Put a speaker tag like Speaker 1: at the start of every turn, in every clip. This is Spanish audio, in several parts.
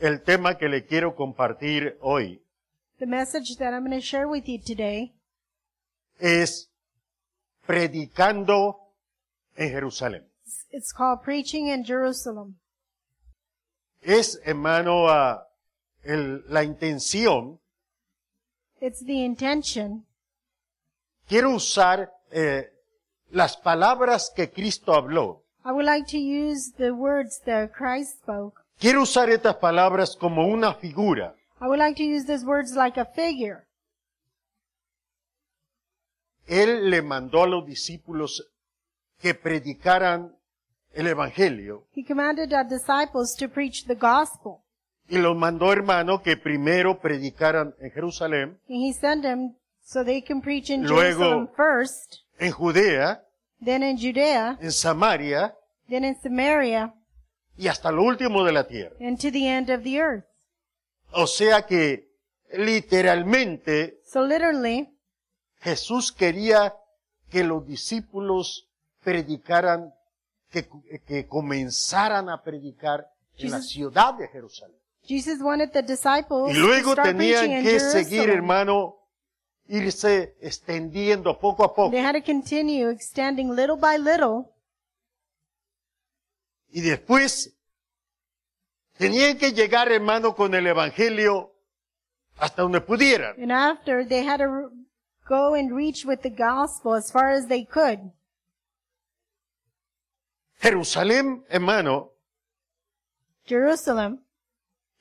Speaker 1: el tema que le quiero compartir hoy
Speaker 2: The message that I'm going to share with you today
Speaker 1: es predicando en Jerusalén.
Speaker 2: is- it's called Preaching in Jerusalem.
Speaker 1: Es, hermano, ah, el- la intención.
Speaker 2: It's the intention.
Speaker 1: Quiero usar eh, las palabras que Cristo habló.
Speaker 2: I would like to use the words that Christ spoke.
Speaker 1: Quiero usar estas palabras como una figura.
Speaker 2: I would like to use these words like a figure.
Speaker 1: Él le mandó a los discípulos que predicaran el Evangelio
Speaker 2: He commanded our disciples to preach the gospel.
Speaker 1: y los mandó, hermano, que primero predicaran en Jerusalén,
Speaker 2: And he sent them so they can preach in
Speaker 1: Luego-
Speaker 2: Jerusalem first,
Speaker 1: en Judea,
Speaker 2: then in Judea,
Speaker 1: en Samaria
Speaker 2: then in Samaria,
Speaker 1: y hasta lo último de la tierra.
Speaker 2: and to the end of the earth.
Speaker 1: O sea que literalmente
Speaker 2: So literally,
Speaker 1: Jesús quería que los discípulos predicaran, que, que comenzaran a predicar en la
Speaker 2: Jesus-
Speaker 1: ciudad de Jerusalén.
Speaker 2: Jesus wanted the disciples
Speaker 1: Y
Speaker 2: to
Speaker 1: luego
Speaker 2: start preaching
Speaker 1: tenían
Speaker 2: in
Speaker 1: que seguir,
Speaker 2: Jerusalem.
Speaker 1: hermano, irse extendiendo poco a poco.
Speaker 2: They had to continue extending little by little.
Speaker 1: Y después tenían que llegar, hermano, con el Evangelio hasta donde pudieran.
Speaker 2: And after, they had to re- go and reach with the gospel as far as they could.
Speaker 1: Jerusalén, hermano,
Speaker 2: Jerusalem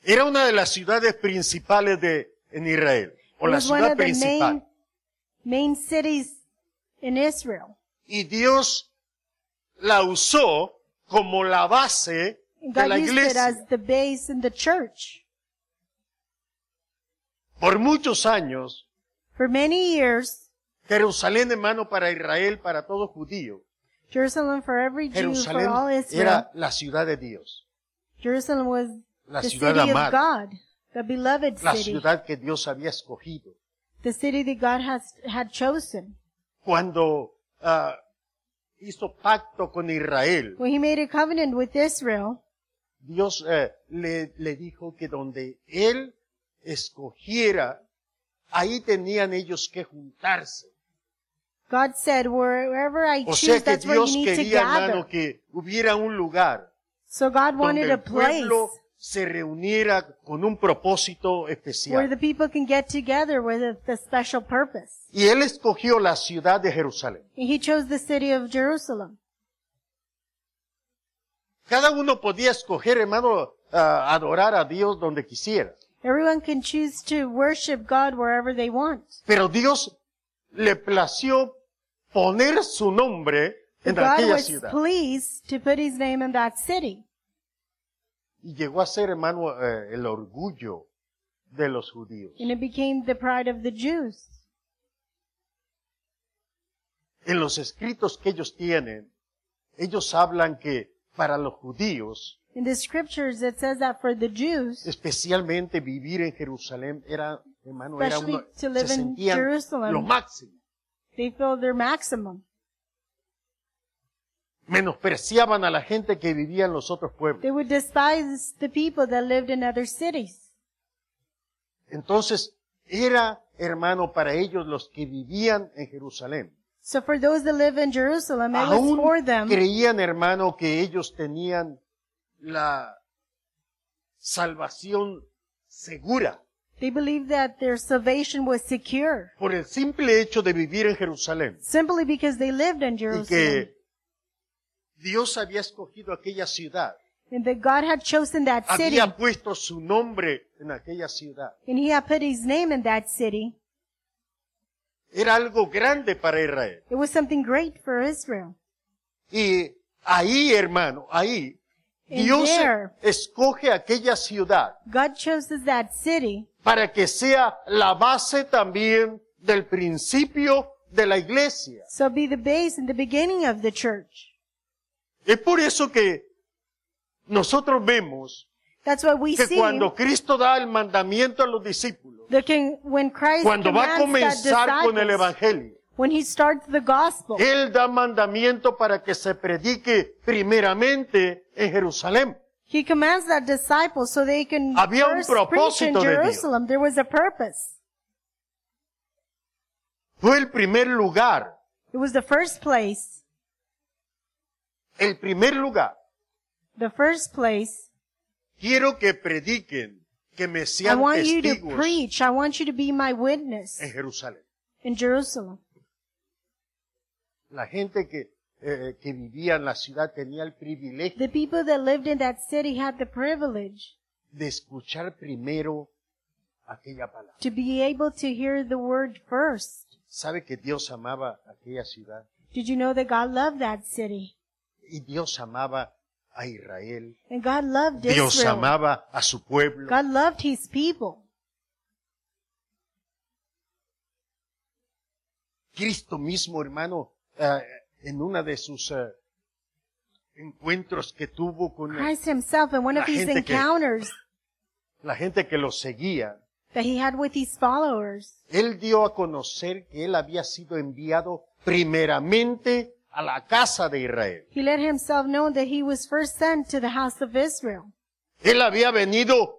Speaker 1: era una de las ciudades principales de en Israel, o la
Speaker 2: was one
Speaker 1: ciudad
Speaker 2: of the main,
Speaker 1: principal.
Speaker 2: main cities in Israel.
Speaker 1: Y Dios la usó como la base de
Speaker 2: God
Speaker 1: la
Speaker 2: used it as
Speaker 1: iglesia.
Speaker 2: the base in the church.
Speaker 1: Por muchos años,
Speaker 2: For many years,
Speaker 1: Jerusalén, hermano, para Israel, para todo judío,
Speaker 2: Jerusalem for every Jew,
Speaker 1: Jerusalén
Speaker 2: for all Israel,
Speaker 1: era la ciudad de Dios,
Speaker 2: Jerusalem was
Speaker 1: la
Speaker 2: the
Speaker 1: ciudad
Speaker 2: city of
Speaker 1: amada,
Speaker 2: God, the beloved
Speaker 1: la
Speaker 2: city,
Speaker 1: ciudad que Dios había escogido.
Speaker 2: the city that God has had chosen.
Speaker 1: Cuando ah, hizo pacto con Israel,
Speaker 2: When he made a covenant with Israel,
Speaker 1: Dios eh, le, le dijo que donde Él escogiera, ahí tenían ellos que juntarse.
Speaker 2: God said, wherever I
Speaker 1: O
Speaker 2: choose,
Speaker 1: sea que
Speaker 2: that's where
Speaker 1: Dios
Speaker 2: you need to
Speaker 1: quería,
Speaker 2: gather.
Speaker 1: hermano, que hubiera un lugar
Speaker 2: So God wanted
Speaker 1: donde
Speaker 2: a
Speaker 1: el
Speaker 2: place
Speaker 1: pueblo se reuniera con un propósito
Speaker 2: where
Speaker 1: especial.
Speaker 2: the people can get together with a, the special purpose.
Speaker 1: Y Él escogió la ciudad de Jerusalén.
Speaker 2: And he chose the city of Jerusalem.
Speaker 1: Cada uno podía escoger, hermano, a adorar a Dios donde quisiera.
Speaker 2: Everyone can choose to worship God wherever they want.
Speaker 1: Pero Dios le plació poner su nombre
Speaker 2: But
Speaker 1: en
Speaker 2: God
Speaker 1: aquella
Speaker 2: was
Speaker 1: ciudad.
Speaker 2: pleased to put his name in that city.
Speaker 1: Y llegó a ser, hermano, eh, el orgullo de los judíos.
Speaker 2: And it became the pride of the Jews.
Speaker 1: En los escritos que ellos tienen, ellos hablan que para los judíos,
Speaker 2: In the scriptures, it says that for the Jews,
Speaker 1: especialmente vivir en Jerusalén, era, hermano, era
Speaker 2: Especially
Speaker 1: uno,
Speaker 2: to
Speaker 1: se
Speaker 2: live in
Speaker 1: sentían
Speaker 2: Jerusalem.
Speaker 1: lo máximo.
Speaker 2: they feel their maximum.
Speaker 1: Menospreciaban a la gente que vivía en los otros pueblos.
Speaker 2: They would despise the people that lived in other cities.
Speaker 1: Entonces, era, hermano, para ellos los que vivían en Jerusalén.
Speaker 2: So for those that live in Jerusalem, it was
Speaker 1: Aún
Speaker 2: for them.
Speaker 1: creían, hermano, que ellos tenían la salvación segura
Speaker 2: They believed that their salvation was secure
Speaker 1: por el simple hecho de vivir en Jerusalén
Speaker 2: simply because they lived in
Speaker 1: y
Speaker 2: Jerusalem
Speaker 1: que Dios había escogido aquella ciudad,
Speaker 2: and that God had chosen that city
Speaker 1: había puesto su nombre en aquella ciudad.
Speaker 2: and he had put his name in that city.
Speaker 1: Era algo grande para Israel.
Speaker 2: It was something great for Israel.
Speaker 1: Y ahí, hermano, ahí,
Speaker 2: And
Speaker 1: Dios
Speaker 2: there-
Speaker 1: escoge aquella ciudad
Speaker 2: God chooses that city
Speaker 1: para que sea la base también del principio de la iglesia.
Speaker 2: so be the base in the beginning of the church.
Speaker 1: Es por eso que nosotros vemos
Speaker 2: That's what we
Speaker 1: que
Speaker 2: see.
Speaker 1: cuando Cristo da el mandamiento a los discípulos,
Speaker 2: The king, when Christ
Speaker 1: cuando va a
Speaker 2: commands that
Speaker 1: comenzar con el
Speaker 2: disciples,
Speaker 1: Evangelio,
Speaker 2: when he starts the gospel,
Speaker 1: Él da mandamiento para que se predique primeramente en Jerusalén.
Speaker 2: He commands that disciples so they can
Speaker 1: Había un
Speaker 2: first preach in
Speaker 1: propósito de Dios.
Speaker 2: Jerusalem. There was a purpose.
Speaker 1: Fue el primer lugar,
Speaker 2: It was the first place,
Speaker 1: el primer lugar.
Speaker 2: the first place.
Speaker 1: Quiero que prediquen, que me
Speaker 2: I
Speaker 1: sean Eh.
Speaker 2: want you to
Speaker 1: testigos
Speaker 2: preach. I want you to be my witness
Speaker 1: en Jerusalén.
Speaker 2: in Jerusalem.
Speaker 1: La gente que, eh, que vivía en la ciudad tenía el privilegio
Speaker 2: The people that lived in that city had the privilege
Speaker 1: de escuchar primero aquella palabra.
Speaker 2: to be able to hear the word first.
Speaker 1: ¿Sabe que Dios amaba aquella ciudad?
Speaker 2: Did you know that God loved that city?
Speaker 1: Y Dios amaba a Israel.
Speaker 2: And God loved
Speaker 1: Dios
Speaker 2: Israel.
Speaker 1: amaba a su pueblo.
Speaker 2: God loved his people.
Speaker 1: Cristo mismo, hermano, eh, en una de sus eh, encuentros que tuvo con la-
Speaker 2: Christ himself in one
Speaker 1: La
Speaker 2: of these
Speaker 1: gente que-
Speaker 2: encounters
Speaker 1: la gente que lo seguía,
Speaker 2: that he had with his followers.
Speaker 1: él dio a conocer que él había sido enviado primeramente a la casa de Israel.
Speaker 2: He let himself know that he was first sent to the house of Israel.
Speaker 1: Él había venido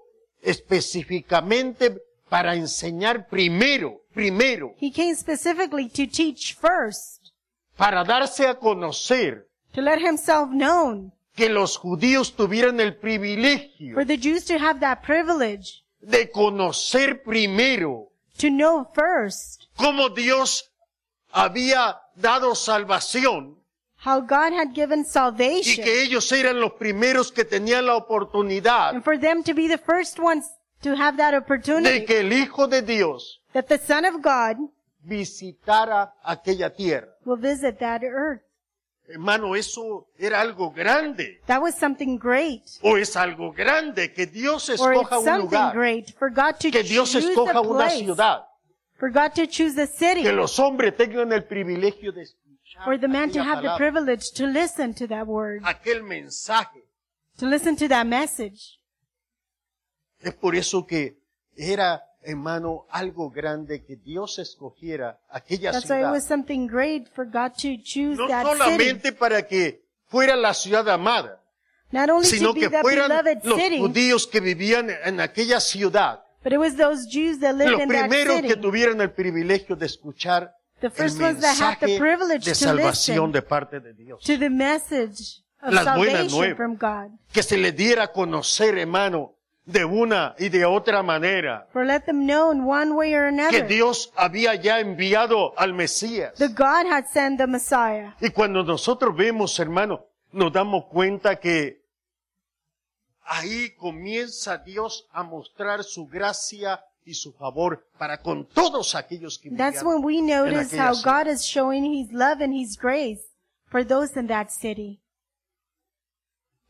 Speaker 1: específicamente para enseñar primero, primero,
Speaker 2: He came specifically to teach first,
Speaker 1: para darse a conocer
Speaker 2: to let himself known,
Speaker 1: que los judíos tuvieran el privilegio
Speaker 2: for the Jews to have that privilege,
Speaker 1: de conocer primero
Speaker 2: to know first
Speaker 1: cómo Dios había dado salvación
Speaker 2: how God had given
Speaker 1: y
Speaker 2: salvation,
Speaker 1: que ellos eran los primeros que tenían la oportunidad
Speaker 2: and for them to be the first ones to have that
Speaker 1: de
Speaker 2: opportunity,
Speaker 1: que el Hijo de Dios
Speaker 2: that the Son of God
Speaker 1: visitara aquella tierra.
Speaker 2: will visit that earth.
Speaker 1: Hermano, eso era algo grande.
Speaker 2: That was something great.
Speaker 1: O es algo grande que Dios
Speaker 2: or
Speaker 1: escoja
Speaker 2: it's
Speaker 1: un
Speaker 2: something
Speaker 1: lugar,
Speaker 2: great for God to
Speaker 1: que
Speaker 2: choose
Speaker 1: Dios
Speaker 2: the
Speaker 1: escoja una
Speaker 2: place,
Speaker 1: ciudad,
Speaker 2: for God to choose the city,
Speaker 1: que los hombres tengan el privilegio de escuchar
Speaker 2: for the man to
Speaker 1: aquella
Speaker 2: have the
Speaker 1: palabra,
Speaker 2: privilege to listen to that word,
Speaker 1: aquel mensaje.
Speaker 2: to listen to that message.
Speaker 1: Es por eso que era, hermano, algo grande que Dios escogiera aquella
Speaker 2: That's why it
Speaker 1: ciudad.
Speaker 2: was something great for God to choose
Speaker 1: No
Speaker 2: that city,
Speaker 1: solamente para que fuera la ciudad amada,
Speaker 2: not only to
Speaker 1: sino
Speaker 2: be
Speaker 1: que
Speaker 2: that
Speaker 1: fueran
Speaker 2: beloved
Speaker 1: los
Speaker 2: city,
Speaker 1: judíos que vivían en aquella ciudad,
Speaker 2: but it was those Jews that lived
Speaker 1: los
Speaker 2: in that
Speaker 1: primeros
Speaker 2: city,
Speaker 1: que tuvieran el privilegio de escuchar
Speaker 2: the
Speaker 1: el
Speaker 2: first ones that had the
Speaker 1: mensaje
Speaker 2: privilege
Speaker 1: de
Speaker 2: to
Speaker 1: salvación
Speaker 2: listen
Speaker 1: de parte de Dios.
Speaker 2: to the message of
Speaker 1: Las buenas
Speaker 2: salvation
Speaker 1: nuevas.
Speaker 2: from God.
Speaker 1: Que se les diera a conocer, hermano, de una y de otra manera,
Speaker 2: For let them know in one way or
Speaker 1: que
Speaker 2: another
Speaker 1: Dios había ya enviado al Mesías.
Speaker 2: that God had sent the Messiah.
Speaker 1: Y cuando nosotros vemos, hermano, nos damos cuenta que ahí comienza Dios a mostrar su gracia y su favor para con todos aquellos que
Speaker 2: That's
Speaker 1: vivían
Speaker 2: when we notice
Speaker 1: aquella
Speaker 2: how
Speaker 1: ciudad.
Speaker 2: God is showing His love and His grace for those in that city.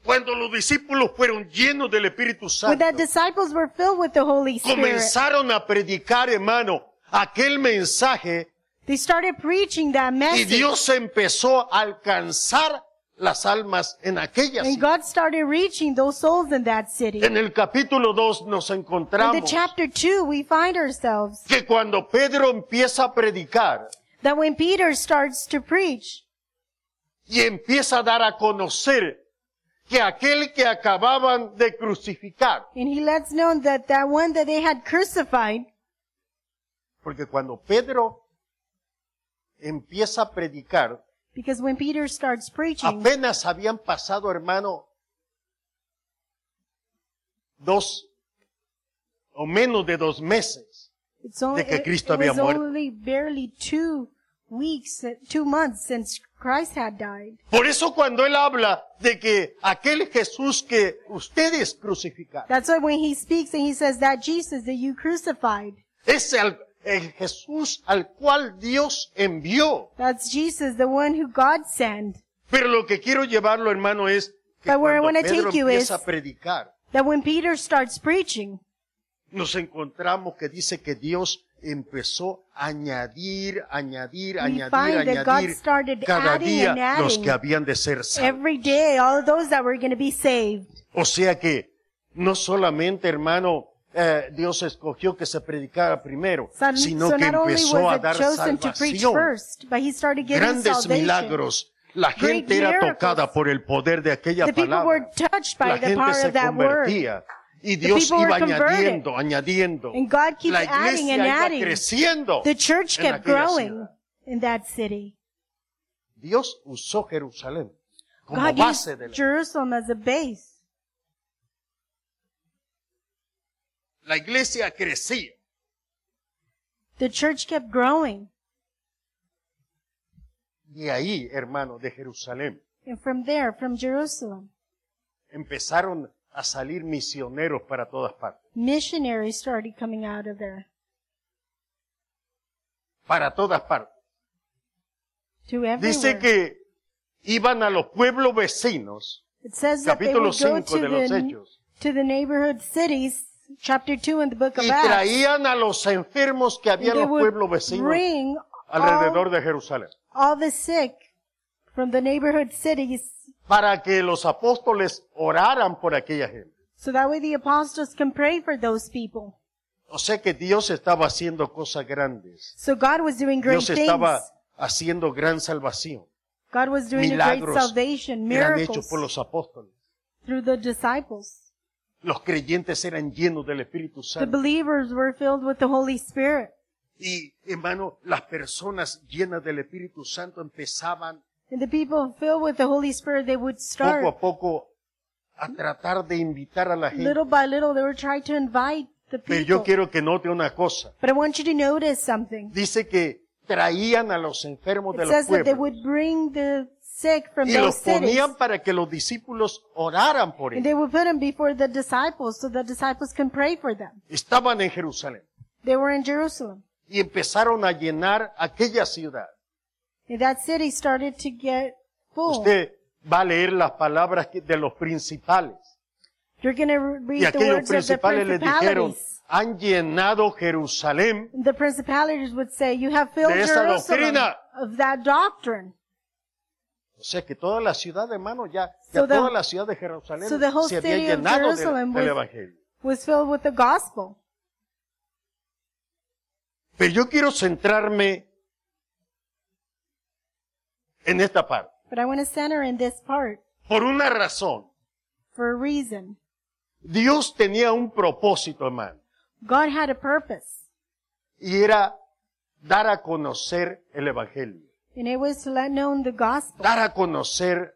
Speaker 1: Cuando los discípulos fueron llenos del Espíritu
Speaker 2: When
Speaker 1: Santo,
Speaker 2: that disciples were filled with the Holy Spirit,
Speaker 1: comenzaron a predicar, hermano, aquel mensaje
Speaker 2: they started preaching that
Speaker 1: y
Speaker 2: message,
Speaker 1: Dios empezó a alcanzar las almas en aquellas.
Speaker 2: and God started reaching those souls in that city.
Speaker 1: En el capítulo 2 nos
Speaker 2: In the
Speaker 1: encontramos
Speaker 2: chapter two, we find ourselves
Speaker 1: que cuando Pedro empieza a predicar,
Speaker 2: that when Peter starts to preach,
Speaker 1: y empieza a dar a conocer que aquel que acababan de crucificar,
Speaker 2: and he lets known that that one that they had crucified,
Speaker 1: porque cuando Pedro empieza a predicar,
Speaker 2: because when Peter starts preaching,
Speaker 1: apenas habían pasado, hermano, dos o menos de dos meses.
Speaker 2: It's only,
Speaker 1: de que
Speaker 2: it-
Speaker 1: Cristo
Speaker 2: it
Speaker 1: había
Speaker 2: was
Speaker 1: muerto.
Speaker 2: only barely two weeks, uh, two months since Christ had died.
Speaker 1: Por eso cuando él habla de que aquel Jesús que ustedes crucificaron,
Speaker 2: That's why when he speaks and he says that Jesus that you crucified,
Speaker 1: es el, el Jesús al cual Dios envió.
Speaker 2: that's Jesus, the one who God sent.
Speaker 1: Pero lo que quiero llevarlo, hermano, es que
Speaker 2: But where I
Speaker 1: cuando
Speaker 2: wanna
Speaker 1: Pedro
Speaker 2: take you
Speaker 1: empieza
Speaker 2: is-
Speaker 1: a predicar,
Speaker 2: That when Peter starts preaching,
Speaker 1: nos encontramos que dice que Dios empezó a añadir, añadir, añadir,
Speaker 2: find that God
Speaker 1: añadir
Speaker 2: started
Speaker 1: cada
Speaker 2: adding
Speaker 1: día
Speaker 2: and adding.
Speaker 1: los que habían de ser salvos.
Speaker 2: every day, all of those that were going to be saved.
Speaker 1: O sea que no solamente, hermano, eh, Dios escogió que se predicara primero,
Speaker 2: So,
Speaker 1: sino
Speaker 2: so
Speaker 1: que
Speaker 2: not only
Speaker 1: empezó a
Speaker 2: was
Speaker 1: dar
Speaker 2: it chosen to preach
Speaker 1: salvación,
Speaker 2: first, but he started giving
Speaker 1: grandes
Speaker 2: salvation,
Speaker 1: milagros, La gente era
Speaker 2: miracles.
Speaker 1: tocada por el poder de aquella
Speaker 2: The people were
Speaker 1: palabra.
Speaker 2: touched
Speaker 1: La
Speaker 2: by the
Speaker 1: gente
Speaker 2: power
Speaker 1: se
Speaker 2: of that word.
Speaker 1: convertía. Y Dios
Speaker 2: people were
Speaker 1: iba
Speaker 2: converted.
Speaker 1: añadiendo, añadiendo.
Speaker 2: And God keeps
Speaker 1: La
Speaker 2: adding and
Speaker 1: iglesia iba
Speaker 2: adding.
Speaker 1: creciendo.
Speaker 2: The church
Speaker 1: en
Speaker 2: kept
Speaker 1: aquella
Speaker 2: growing
Speaker 1: ciudad.
Speaker 2: in that city.
Speaker 1: Dios usó Jerusalén como
Speaker 2: God used
Speaker 1: base de la,
Speaker 2: Jerusalem as a base.
Speaker 1: la iglesia crecía.
Speaker 2: The church kept growing.
Speaker 1: Y ahí, hermano, de Jerusalén
Speaker 2: And from there, from Jerusalem,
Speaker 1: empezaron a salir misioneros para todas partes.
Speaker 2: missionaries started coming out of there
Speaker 1: Para todas partes.
Speaker 2: to
Speaker 1: Dice
Speaker 2: everywhere.
Speaker 1: que iban a los pueblos vecinos.
Speaker 2: It says that they
Speaker 1: Capítulo
Speaker 2: would go
Speaker 1: cinco
Speaker 2: to
Speaker 1: de los
Speaker 2: the,
Speaker 1: Hechos.
Speaker 2: to the neighborhood cities, chapter 2 in the book of
Speaker 1: y
Speaker 2: Acts.
Speaker 1: traían a los enfermos que había en
Speaker 2: they
Speaker 1: los pueblos
Speaker 2: would
Speaker 1: vecinos
Speaker 2: bring all,
Speaker 1: alrededor de Jerusalén,
Speaker 2: all the sick from the neighborhood cities
Speaker 1: para que los apóstoles oraran por aquella gente.
Speaker 2: so that way the apostles can pray for those people.
Speaker 1: O sea que Dios estaba haciendo cosas grandes.
Speaker 2: So God was doing great
Speaker 1: Dios
Speaker 2: things.
Speaker 1: estaba haciendo gran salvación.
Speaker 2: God was doing a great
Speaker 1: Milagros
Speaker 2: salvation,
Speaker 1: eran hechos por
Speaker 2: miracles
Speaker 1: los apóstoles.
Speaker 2: through the disciples.
Speaker 1: Los creyentes eran llenos del Espíritu
Speaker 2: The
Speaker 1: Santo.
Speaker 2: believers were filled with the Holy Spirit.
Speaker 1: Y, hermano, las personas llenas del Espíritu Santo empezaban
Speaker 2: And the people filled with the Holy Spirit, they would
Speaker 1: poco
Speaker 2: start
Speaker 1: a poco a tratar de invitar a la gente.
Speaker 2: little by little, they were trying to invite the
Speaker 1: Pero yo
Speaker 2: people.
Speaker 1: quiero que note una cosa.
Speaker 2: But I want you to notice something.
Speaker 1: dice que traían a los enfermos de
Speaker 2: It
Speaker 1: los
Speaker 2: says that they
Speaker 1: pueblos
Speaker 2: would bring the sick from
Speaker 1: y los
Speaker 2: those cities.
Speaker 1: ponían para que los discípulos oraran por ellos.
Speaker 2: And they would put them before the disciples so the disciples can pray for them.
Speaker 1: Estaban en Jerusalén
Speaker 2: They were in Jerusalem.
Speaker 1: y empezaron a llenar aquella ciudad.
Speaker 2: And that city started to get full.
Speaker 1: Usted va a leer las palabras que- de los principales
Speaker 2: You're going to read
Speaker 1: y
Speaker 2: the
Speaker 1: aquellos
Speaker 2: words of the
Speaker 1: principales les dijeron,
Speaker 2: principalities.
Speaker 1: han llenado Jerusalén
Speaker 2: The principalities would say, you have filled
Speaker 1: De esa
Speaker 2: Jerusalem
Speaker 1: doctrina."
Speaker 2: of that doctrine.
Speaker 1: O sea que toda la ciudad, hermano, ya, ya
Speaker 2: So the-
Speaker 1: toda la ciudad de Jerusalén
Speaker 2: so the whole
Speaker 1: se había
Speaker 2: city of
Speaker 1: llenado de-
Speaker 2: Jerusalem
Speaker 1: del
Speaker 2: was-
Speaker 1: Evangelio.
Speaker 2: was filled with the gospel.
Speaker 1: Pero yo quiero centrarme en esta parte.
Speaker 2: But I want to center in this part
Speaker 1: Por una razón.
Speaker 2: for a reason.
Speaker 1: Dios tenía un propósito, hermano,
Speaker 2: God had a purpose,
Speaker 1: y era dar a conocer el Evangelio,
Speaker 2: and it was to let known the gospel,
Speaker 1: dar a conocer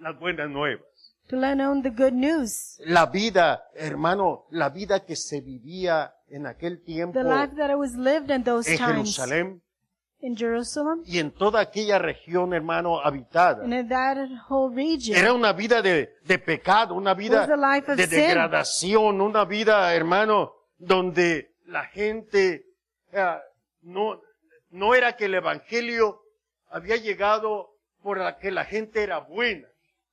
Speaker 1: las buenas nuevas.
Speaker 2: to let known the good news,
Speaker 1: La vida, hermano, la vida que se vivía en aquel tiempo
Speaker 2: the life that was lived in those
Speaker 1: en
Speaker 2: times
Speaker 1: Jerusalén
Speaker 2: in Jerusalem
Speaker 1: y en toda aquella región, hermano, habitada.
Speaker 2: and in that whole region.
Speaker 1: Era una vida de, de pecado, una vida
Speaker 2: Was a life of
Speaker 1: de
Speaker 2: sin.
Speaker 1: degradación, una vida, hermano, donde la gente eh, no, no era que el evangelio había llegado por la que la gente era buena,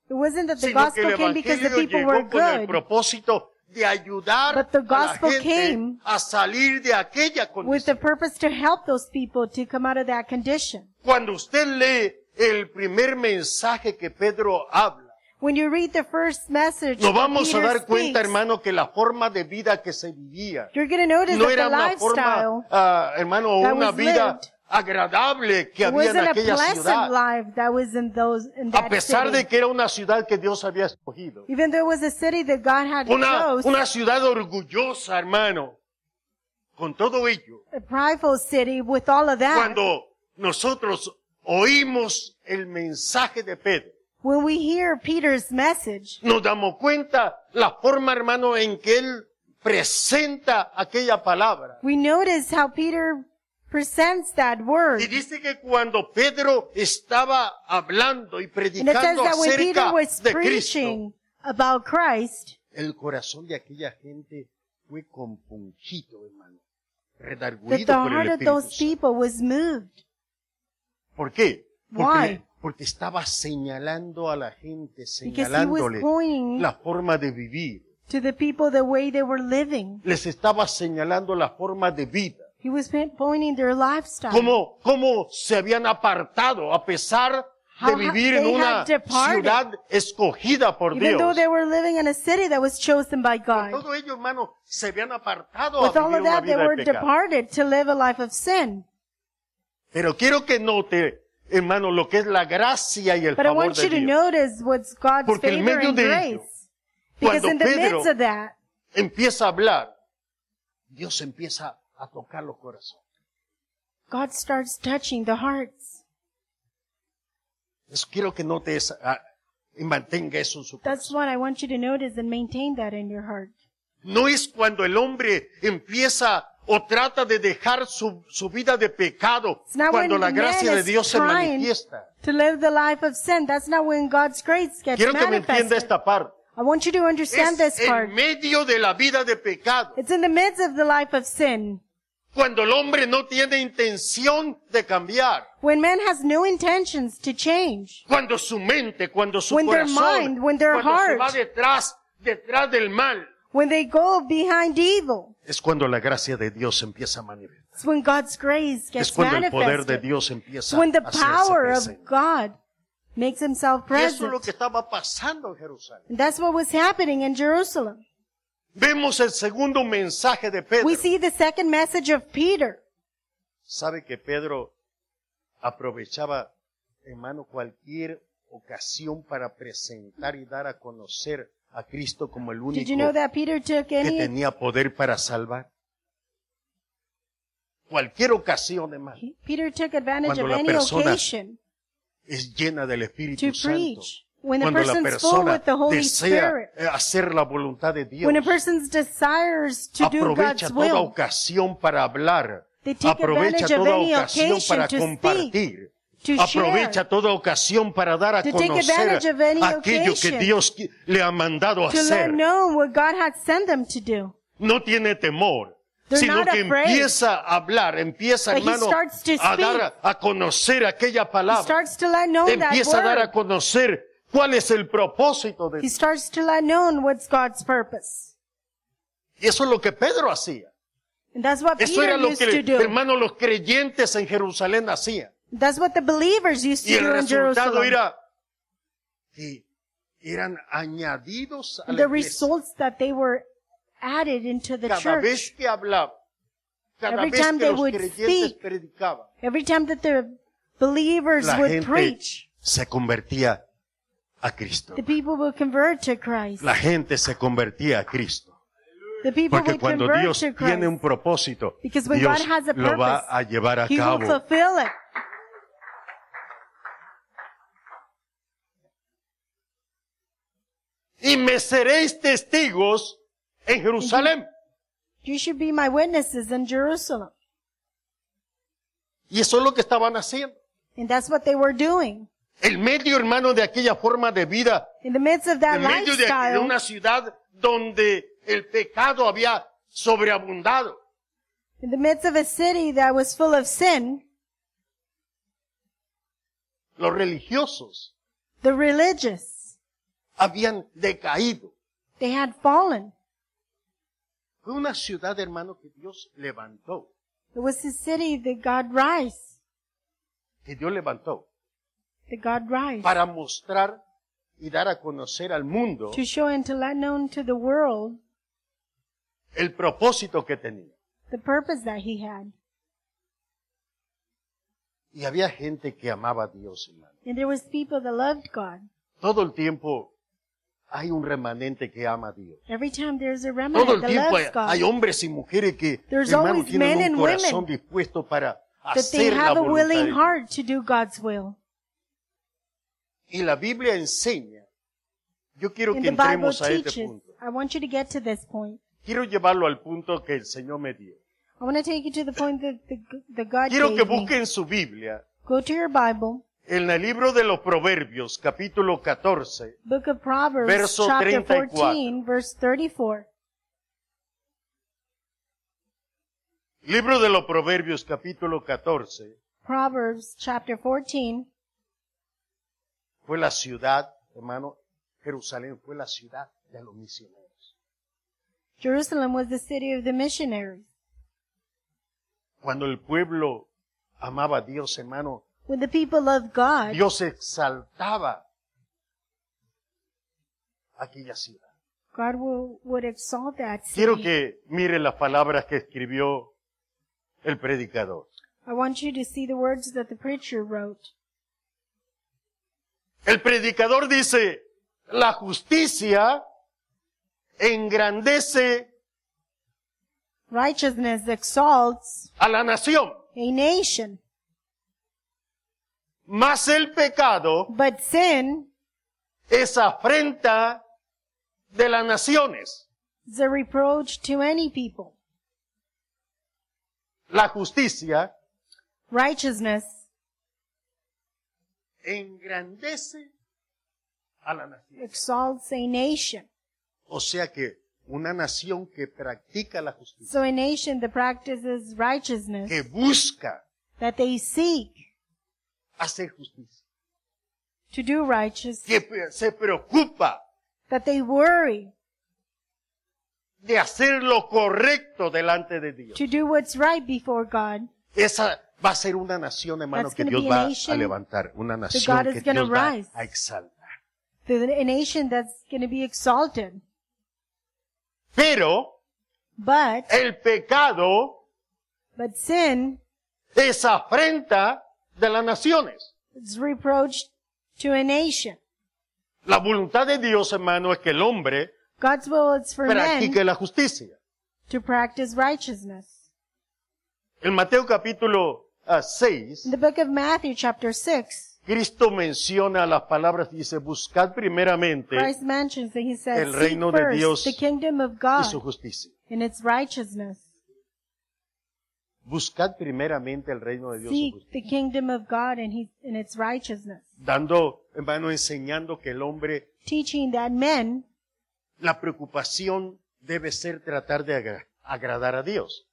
Speaker 2: it wasn't that the
Speaker 1: sino que el
Speaker 2: gospel came because the
Speaker 1: evangelio
Speaker 2: people were
Speaker 1: llegó con el
Speaker 2: good.
Speaker 1: propósito de ayudar
Speaker 2: But the
Speaker 1: a la
Speaker 2: gospel
Speaker 1: gente
Speaker 2: came
Speaker 1: a salir de aquella
Speaker 2: With
Speaker 1: condición.
Speaker 2: the purpose to help those people to come out of that condition.
Speaker 1: Cuando usted lee el primer mensaje que Pedro habla,
Speaker 2: When you read the first message,
Speaker 1: Nos
Speaker 2: that
Speaker 1: vamos a
Speaker 2: Peter
Speaker 1: dar cuenta,
Speaker 2: speaks,
Speaker 1: hermano, que la forma de vida que se vivía
Speaker 2: you're going to notice
Speaker 1: no
Speaker 2: that
Speaker 1: era
Speaker 2: the
Speaker 1: una forma,
Speaker 2: lifestyle
Speaker 1: ah, hermano, o
Speaker 2: that
Speaker 1: una
Speaker 2: was
Speaker 1: vida
Speaker 2: lived
Speaker 1: agradable que había en
Speaker 2: wasn't a
Speaker 1: aquella
Speaker 2: pleasant
Speaker 1: ciudad,
Speaker 2: life that was in those in that
Speaker 1: a pesar
Speaker 2: city.
Speaker 1: de que era una ciudad que Dios había escogido.
Speaker 2: Even though it was a city that God had
Speaker 1: Una,
Speaker 2: chose,
Speaker 1: una ciudad orgullosa, hermano. Con todo ello,
Speaker 2: a prideful city with all of that.
Speaker 1: cuando nosotros oímos el mensaje de Pedro,
Speaker 2: when we hear Peter's message,
Speaker 1: nos damos cuenta la forma, hermano, en que él presenta aquella palabra.
Speaker 2: we notice how Peter presents that word.
Speaker 1: Y dice que cuando Pedro estaba hablando y
Speaker 2: And it says
Speaker 1: predicando
Speaker 2: that when Peter
Speaker 1: acerca
Speaker 2: was
Speaker 1: de Cristo,
Speaker 2: preaching about Christ,
Speaker 1: el corazón de aquella gente fue compungido, hermano,
Speaker 2: that
Speaker 1: redarguido
Speaker 2: the
Speaker 1: por
Speaker 2: heart
Speaker 1: el
Speaker 2: of
Speaker 1: Espíritu
Speaker 2: those
Speaker 1: Santo.
Speaker 2: people was moved.
Speaker 1: ¿Por qué? Porque,
Speaker 2: Why?
Speaker 1: le- porque estaba señalando a la gente,
Speaker 2: Because he was
Speaker 1: señalándole
Speaker 2: pointing
Speaker 1: la forma de vivir,
Speaker 2: to the people the way they were living.
Speaker 1: les estaba señalando la forma de vida.
Speaker 2: He was pointing their lifestyle.
Speaker 1: cómo, cómo se habían apartado a pesar de
Speaker 2: How
Speaker 1: vivir
Speaker 2: ha-
Speaker 1: en
Speaker 2: they
Speaker 1: una
Speaker 2: had departed.
Speaker 1: ciudad escogida por
Speaker 2: Even though
Speaker 1: Dios.
Speaker 2: they were living in a city that was chosen by God.
Speaker 1: Todo ello, hermano, se habían apartado
Speaker 2: With
Speaker 1: a
Speaker 2: all
Speaker 1: vivir
Speaker 2: of
Speaker 1: una
Speaker 2: that, they
Speaker 1: vida
Speaker 2: were
Speaker 1: de pecado.
Speaker 2: departed to live a life of sin.
Speaker 1: Pero quiero que note hermano, lo que es la gracia y el
Speaker 2: But I
Speaker 1: favor
Speaker 2: want you
Speaker 1: de
Speaker 2: to
Speaker 1: Dios.
Speaker 2: notice what's God's
Speaker 1: Porque en
Speaker 2: favor
Speaker 1: medio
Speaker 2: and
Speaker 1: de ello,
Speaker 2: grace. Because
Speaker 1: cuando
Speaker 2: in the
Speaker 1: Pedro-
Speaker 2: midst of that,
Speaker 1: Empieza a hablar. Dios empieza a tocar los corazones.
Speaker 2: God starts touching the hearts.
Speaker 1: Eso quiero que notes ah, y mantenga eso en su
Speaker 2: That's
Speaker 1: corazón.
Speaker 2: what I want you to notice and maintain that in your heart.
Speaker 1: No es cuando el hombre empieza o trata de dejar su, su vida de pecado,
Speaker 2: It's not
Speaker 1: cuando
Speaker 2: when
Speaker 1: la
Speaker 2: man
Speaker 1: gracia de
Speaker 2: is
Speaker 1: Dios se
Speaker 2: trying.
Speaker 1: manifiesta.
Speaker 2: To live the life of sin, that's not when God's grace gets
Speaker 1: Quiero que me entienda
Speaker 2: manifested.
Speaker 1: esta parte.
Speaker 2: I want you to understand
Speaker 1: Es
Speaker 2: this part.
Speaker 1: en medio de la vida de pecado,
Speaker 2: It's in the midst of the life of sin.
Speaker 1: cuando el hombre no tiene intención de cambiar,
Speaker 2: When man has no intentions to change.
Speaker 1: cuando su mente, cuando su
Speaker 2: When their
Speaker 1: corazón,
Speaker 2: mind, when their
Speaker 1: cuando se
Speaker 2: heart.
Speaker 1: va detrás, detrás del mal,
Speaker 2: When they go behind evil.
Speaker 1: es cuando la gracia de Dios se empieza a manifestar.
Speaker 2: It's when God's grace
Speaker 1: Es
Speaker 2: gets
Speaker 1: cuando el poder de
Speaker 2: manifested.
Speaker 1: Dios
Speaker 2: It's
Speaker 1: empieza
Speaker 2: when the
Speaker 1: a hacerse
Speaker 2: power
Speaker 1: presente.
Speaker 2: of God makes himself
Speaker 1: Y eso es lo
Speaker 2: present.
Speaker 1: que estaba pasando en Jerusalén.
Speaker 2: And that's what was happening in Jerusalem.
Speaker 1: Vemos el segundo mensaje de Pedro.
Speaker 2: We see the second message of Peter.
Speaker 1: Sabe que Pedro aprovechaba, hermano, cualquier ocasión para presentar y dar a conocer a Cristo como el único
Speaker 2: Did you know that Peter took
Speaker 1: que
Speaker 2: any?
Speaker 1: tenía poder para salvar. Cualquier ocasión, hermano,
Speaker 2: Peter took advantage
Speaker 1: Cuando
Speaker 2: of
Speaker 1: la
Speaker 2: any
Speaker 1: persona
Speaker 2: occasion
Speaker 1: es llena del
Speaker 2: to
Speaker 1: Espíritu Santo.
Speaker 2: preach. When a
Speaker 1: Cuando la
Speaker 2: person's full
Speaker 1: persona
Speaker 2: with the Holy
Speaker 1: desea
Speaker 2: Spirit.
Speaker 1: eh, hacer la voluntad de Dios,
Speaker 2: When a person's desires to do
Speaker 1: aprovecha
Speaker 2: God's
Speaker 1: toda
Speaker 2: will.
Speaker 1: ocasión para hablar,
Speaker 2: They take
Speaker 1: aprovecha
Speaker 2: advantage of
Speaker 1: toda
Speaker 2: any
Speaker 1: ocasión
Speaker 2: occasion
Speaker 1: para
Speaker 2: to speak,
Speaker 1: compartir,
Speaker 2: to
Speaker 1: aprovecha
Speaker 2: share,
Speaker 1: toda ocasión para dar a
Speaker 2: to take
Speaker 1: conocer
Speaker 2: advantage of any
Speaker 1: aquello que
Speaker 2: occasion,
Speaker 1: Dios qui- le ha mandado
Speaker 2: to
Speaker 1: hacer.
Speaker 2: let know what God had sent them to do.
Speaker 1: No tiene temor.
Speaker 2: They're
Speaker 1: sino
Speaker 2: not
Speaker 1: que
Speaker 2: afraid.
Speaker 1: empieza a hablar, empieza
Speaker 2: But he
Speaker 1: hermano
Speaker 2: starts to
Speaker 1: a dar
Speaker 2: speak.
Speaker 1: a conocer aquella
Speaker 2: He
Speaker 1: palabra,
Speaker 2: starts to let know that
Speaker 1: empieza a dar
Speaker 2: word.
Speaker 1: a conocer cuál es el propósito de
Speaker 2: He starts to let known what's God's purpose.
Speaker 1: Y eso es lo que Pedro hacía.
Speaker 2: And that's what
Speaker 1: Eso
Speaker 2: Peter
Speaker 1: era lo
Speaker 2: used to
Speaker 1: que,
Speaker 2: do.
Speaker 1: hermano, los creyentes en Jerusalén hacían.
Speaker 2: That's what the believers used to
Speaker 1: Y el
Speaker 2: do in
Speaker 1: resultado
Speaker 2: Jerusalem.
Speaker 1: era que eran añadidos a la
Speaker 2: The
Speaker 1: iglesia.
Speaker 2: results that they were added into the
Speaker 1: Cada vez
Speaker 2: church.
Speaker 1: que hablaba, cada
Speaker 2: Every
Speaker 1: vez
Speaker 2: time
Speaker 1: que
Speaker 2: they
Speaker 1: los
Speaker 2: would
Speaker 1: creyentes
Speaker 2: speak,
Speaker 1: predicaban,
Speaker 2: Every time that the believers
Speaker 1: la
Speaker 2: would
Speaker 1: gente
Speaker 2: preach,
Speaker 1: se convertía a Cristo.
Speaker 2: the people would convert to Christ.
Speaker 1: La gente se convertía a Cristo.
Speaker 2: The people
Speaker 1: Porque
Speaker 2: would
Speaker 1: cuando
Speaker 2: convert
Speaker 1: Dios
Speaker 2: to
Speaker 1: tiene un
Speaker 2: Christ.
Speaker 1: propósito, Dios
Speaker 2: Because when God has a
Speaker 1: lo va
Speaker 2: purpose,
Speaker 1: a llevar a
Speaker 2: He will
Speaker 1: cabo.
Speaker 2: fulfill it.
Speaker 1: Y me seréis testigos en Jerusalén.
Speaker 2: You should be my witnesses in Jerusalem.
Speaker 1: Y eso es lo que estaban haciendo.
Speaker 2: And that's what they were doing.
Speaker 1: El medio hermano de aquella forma de vida
Speaker 2: In the midst of that
Speaker 1: en medio de, de
Speaker 2: lifestyle,
Speaker 1: una ciudad donde el pecado había sobreabundado.
Speaker 2: in the midst of a city that was full of sin,
Speaker 1: Los religiosos
Speaker 2: the religious,
Speaker 1: habían decaído.
Speaker 2: they had fallen.
Speaker 1: Fue una ciudad, hermano, que Dios levantó,
Speaker 2: It was the city that God rise,
Speaker 1: que Dios levantó
Speaker 2: that God rise,
Speaker 1: para mostrar y dar a conocer al mundo
Speaker 2: to show and to let known to the world
Speaker 1: el propósito que tenía.
Speaker 2: the purpose that He had.
Speaker 1: Y había gente que amaba a Dios, hermano.
Speaker 2: And there was people that loved God.
Speaker 1: Todo el tiempo hay un remanente que ama a Dios.
Speaker 2: Every time there's a
Speaker 1: Todo
Speaker 2: remnant
Speaker 1: el
Speaker 2: that
Speaker 1: tiempo hay,
Speaker 2: loves God,
Speaker 1: hay hombres y mujeres que
Speaker 2: There's
Speaker 1: hermano,
Speaker 2: always
Speaker 1: tienen
Speaker 2: men
Speaker 1: un
Speaker 2: and
Speaker 1: corazón
Speaker 2: women
Speaker 1: dispuesto para
Speaker 2: that they
Speaker 1: hacer la
Speaker 2: have a
Speaker 1: voluntad de
Speaker 2: willing
Speaker 1: Dios.
Speaker 2: heart to do God's will.
Speaker 1: Y la Biblia enseña. Yo quiero
Speaker 2: And
Speaker 1: que
Speaker 2: the Bible
Speaker 1: entremos a este
Speaker 2: teaches.
Speaker 1: punto.
Speaker 2: I want you to get to this point.
Speaker 1: Quiero llevarlo al punto que el Señor me dio.
Speaker 2: I want to take you to the point that the, the God
Speaker 1: Quiero que
Speaker 2: gave me.
Speaker 1: busquen su Biblia
Speaker 2: Go to your Bible,
Speaker 1: en el libro de los Proverbios, capítulo 14,
Speaker 2: Book of Proverbs,
Speaker 1: Verso
Speaker 2: chapter
Speaker 1: 34.
Speaker 2: 14, verse 34.
Speaker 1: libro de los Proverbios, capítulo 14,
Speaker 2: Proverbs, chapter 14.
Speaker 1: fue la ciudad, hermano, Jerusalén fue la ciudad de los misioneros.
Speaker 2: Jerusalem was the city of the missionaries.
Speaker 1: Cuando el pueblo amaba a Dios, hermano,
Speaker 2: When the people loved God,
Speaker 1: Dios exaltaba aquella ciudad.
Speaker 2: God will, would exalt that
Speaker 1: Quiero
Speaker 2: city.
Speaker 1: que mire las palabras que escribió el predicador.
Speaker 2: I want you to see the words that the preacher wrote.
Speaker 1: El predicador dice, la justicia engrandece
Speaker 2: Righteousness exalts
Speaker 1: a la nación,
Speaker 2: a nation,
Speaker 1: más el pecado
Speaker 2: but sin
Speaker 1: es afrenta de las naciones.
Speaker 2: is a reproach to any people.
Speaker 1: La justicia
Speaker 2: Righteousness
Speaker 1: engrandece a la nación.
Speaker 2: exalts a nation.
Speaker 1: O sea que una nación que practica la justicia,
Speaker 2: So a nation that practices righteousness,
Speaker 1: que busca
Speaker 2: that they seek
Speaker 1: hacer justicia,
Speaker 2: to do righteous,
Speaker 1: que pe- se preocupa
Speaker 2: that they worry
Speaker 1: de hacer lo correcto delante de Dios.
Speaker 2: to do what's right before God,
Speaker 1: Esa va a ser una nación, hermano,
Speaker 2: That's
Speaker 1: que
Speaker 2: gonna
Speaker 1: Dios
Speaker 2: be a
Speaker 1: va a
Speaker 2: nation
Speaker 1: levantar, una
Speaker 2: God
Speaker 1: nación que
Speaker 2: is gonna
Speaker 1: Dios va
Speaker 2: rise.
Speaker 1: a exaltar.
Speaker 2: the, a nation that's going to be exalted.
Speaker 1: Pero
Speaker 2: But,
Speaker 1: el pecado
Speaker 2: but sin
Speaker 1: es afrenta de las naciones.
Speaker 2: is reproach to a nation.
Speaker 1: La voluntad de Dios, hermano, es que el hombre
Speaker 2: God's will is for
Speaker 1: practique
Speaker 2: men
Speaker 1: la justicia.
Speaker 2: to practice righteousness.
Speaker 1: En Mateo capítulo ah,
Speaker 2: In
Speaker 1: 6,
Speaker 2: the book of Matthew, chapter 6,
Speaker 1: Cristo menciona las palabras, dice, buscad primeramente
Speaker 2: Christ mentions that he says,
Speaker 1: El
Speaker 2: "Seek
Speaker 1: reino de
Speaker 2: first
Speaker 1: Dios
Speaker 2: the kingdom of
Speaker 1: y
Speaker 2: God
Speaker 1: su justicia.
Speaker 2: and its righteousness.
Speaker 1: Buscad primeramente el reino de Dios y su
Speaker 2: Seek
Speaker 1: justicia.
Speaker 2: the kingdom of God and, he, and its righteousness.
Speaker 1: Dando, hermano, enseñando que el hombre,
Speaker 2: Teaching that men,
Speaker 1: la preocupación debe ser tratar de agra- agradar a Dios.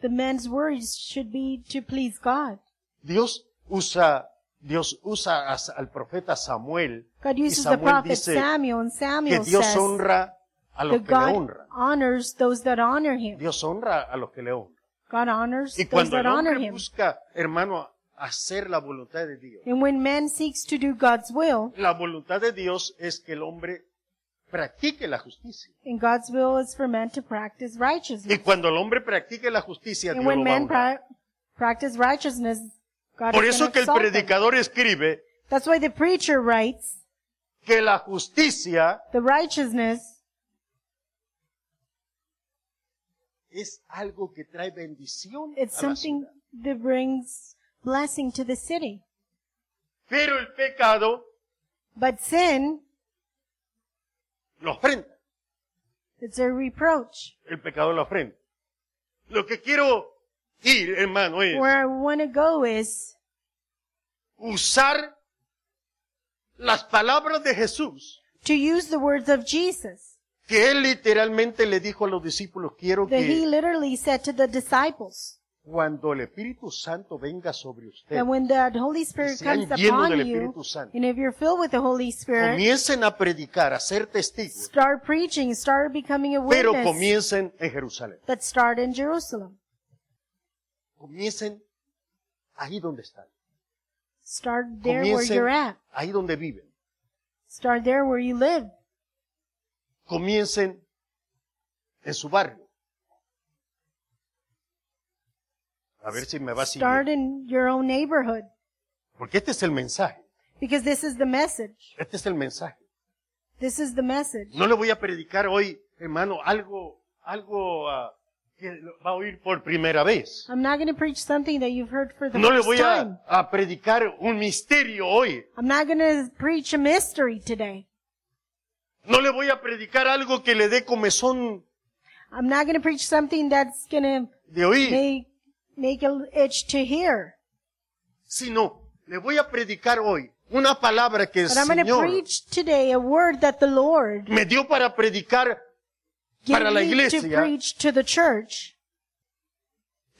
Speaker 2: the men's worries should be to please God.
Speaker 1: Dios usa, Dios usa a Sa- al profeta Samuel
Speaker 2: God
Speaker 1: y
Speaker 2: uses the
Speaker 1: Samuel
Speaker 2: prophet
Speaker 1: dice
Speaker 2: Samuel, and
Speaker 1: que
Speaker 2: Samuel
Speaker 1: Dios
Speaker 2: says
Speaker 1: honra a los
Speaker 2: that
Speaker 1: que le
Speaker 2: God
Speaker 1: honran.
Speaker 2: honors those that honor him.
Speaker 1: Dios honra a los que le honran.
Speaker 2: God honors
Speaker 1: Y
Speaker 2: those
Speaker 1: cuando
Speaker 2: that
Speaker 1: el
Speaker 2: honor
Speaker 1: hombre
Speaker 2: him.
Speaker 1: busca, hermano, hacer la voluntad de Dios,
Speaker 2: And when man seeks to do God's will,
Speaker 1: la voluntad de Dios es que el hombre practique la justicia.
Speaker 2: and God's will is for men to practice
Speaker 1: Y
Speaker 2: righteousness.
Speaker 1: cuando el hombre practique la justicia,
Speaker 2: And
Speaker 1: Dios
Speaker 2: when
Speaker 1: lo va a
Speaker 2: men
Speaker 1: honrar.
Speaker 2: pra- practice righteousness, God
Speaker 1: Por
Speaker 2: is
Speaker 1: eso
Speaker 2: gonna
Speaker 1: que el
Speaker 2: exalt them.
Speaker 1: predicador escribe
Speaker 2: That's why the preacher writes,
Speaker 1: que la justicia
Speaker 2: the righteousness
Speaker 1: es algo que trae bendición
Speaker 2: It's
Speaker 1: a la
Speaker 2: something
Speaker 1: ciudad.
Speaker 2: that brings blessing to the city.
Speaker 1: Pero el pecado
Speaker 2: But sin,
Speaker 1: lo ofrenda.
Speaker 2: it's a reproach.
Speaker 1: El pecado lo ofrenda. Lo que quiero ir, hermano, es
Speaker 2: Where I want to go is
Speaker 1: usar las palabras de Jesús
Speaker 2: to use the words of Jesus
Speaker 1: que él literalmente le dijo a los discípulos, quiero
Speaker 2: that he
Speaker 1: que
Speaker 2: literally said to the disciples
Speaker 1: cuando el Espíritu Santo venga sobre usted,
Speaker 2: that when the Holy Spirit
Speaker 1: sean
Speaker 2: comes
Speaker 1: llenos del
Speaker 2: upon
Speaker 1: Espíritu
Speaker 2: you,
Speaker 1: Santo.
Speaker 2: and if you're filled with the Holy Spirit,
Speaker 1: comiencen a predicar, a ser testigos,
Speaker 2: start preaching, start becoming a
Speaker 1: pero
Speaker 2: witness
Speaker 1: comiencen en Jerusalén.
Speaker 2: that start in Jerusalem.
Speaker 1: Comiencen ahí donde están.
Speaker 2: Start there where
Speaker 1: Comiencen
Speaker 2: you're at.
Speaker 1: ahí donde viven.
Speaker 2: Start there where you live.
Speaker 1: Comiencen en su barrio. A ver si me va a
Speaker 2: Start
Speaker 1: seguir.
Speaker 2: in your own neighborhood.
Speaker 1: Porque este es el mensaje.
Speaker 2: Because this is the message.
Speaker 1: Este es el mensaje.
Speaker 2: This is the message.
Speaker 1: No le voy a predicar hoy, hermano, algo, algo ah, que lo va a oír por primera vez.
Speaker 2: I'm not going to preach something that you've heard for the
Speaker 1: No le
Speaker 2: first
Speaker 1: voy
Speaker 2: time.
Speaker 1: a, a predicar un misterio hoy.
Speaker 2: I'm not going to preach a mystery today.
Speaker 1: No le voy a predicar algo que le dé comezón
Speaker 2: I'm not going to preach something that's going to
Speaker 1: de oír,
Speaker 2: make make an itch to hear.
Speaker 1: sino le voy a predicar hoy una palabra que el
Speaker 2: But I'm going to
Speaker 1: Señor
Speaker 2: preach today a word that the Lord
Speaker 1: me dio para predicar
Speaker 2: gave
Speaker 1: Para la
Speaker 2: me
Speaker 1: iglesia.
Speaker 2: to preach to the church.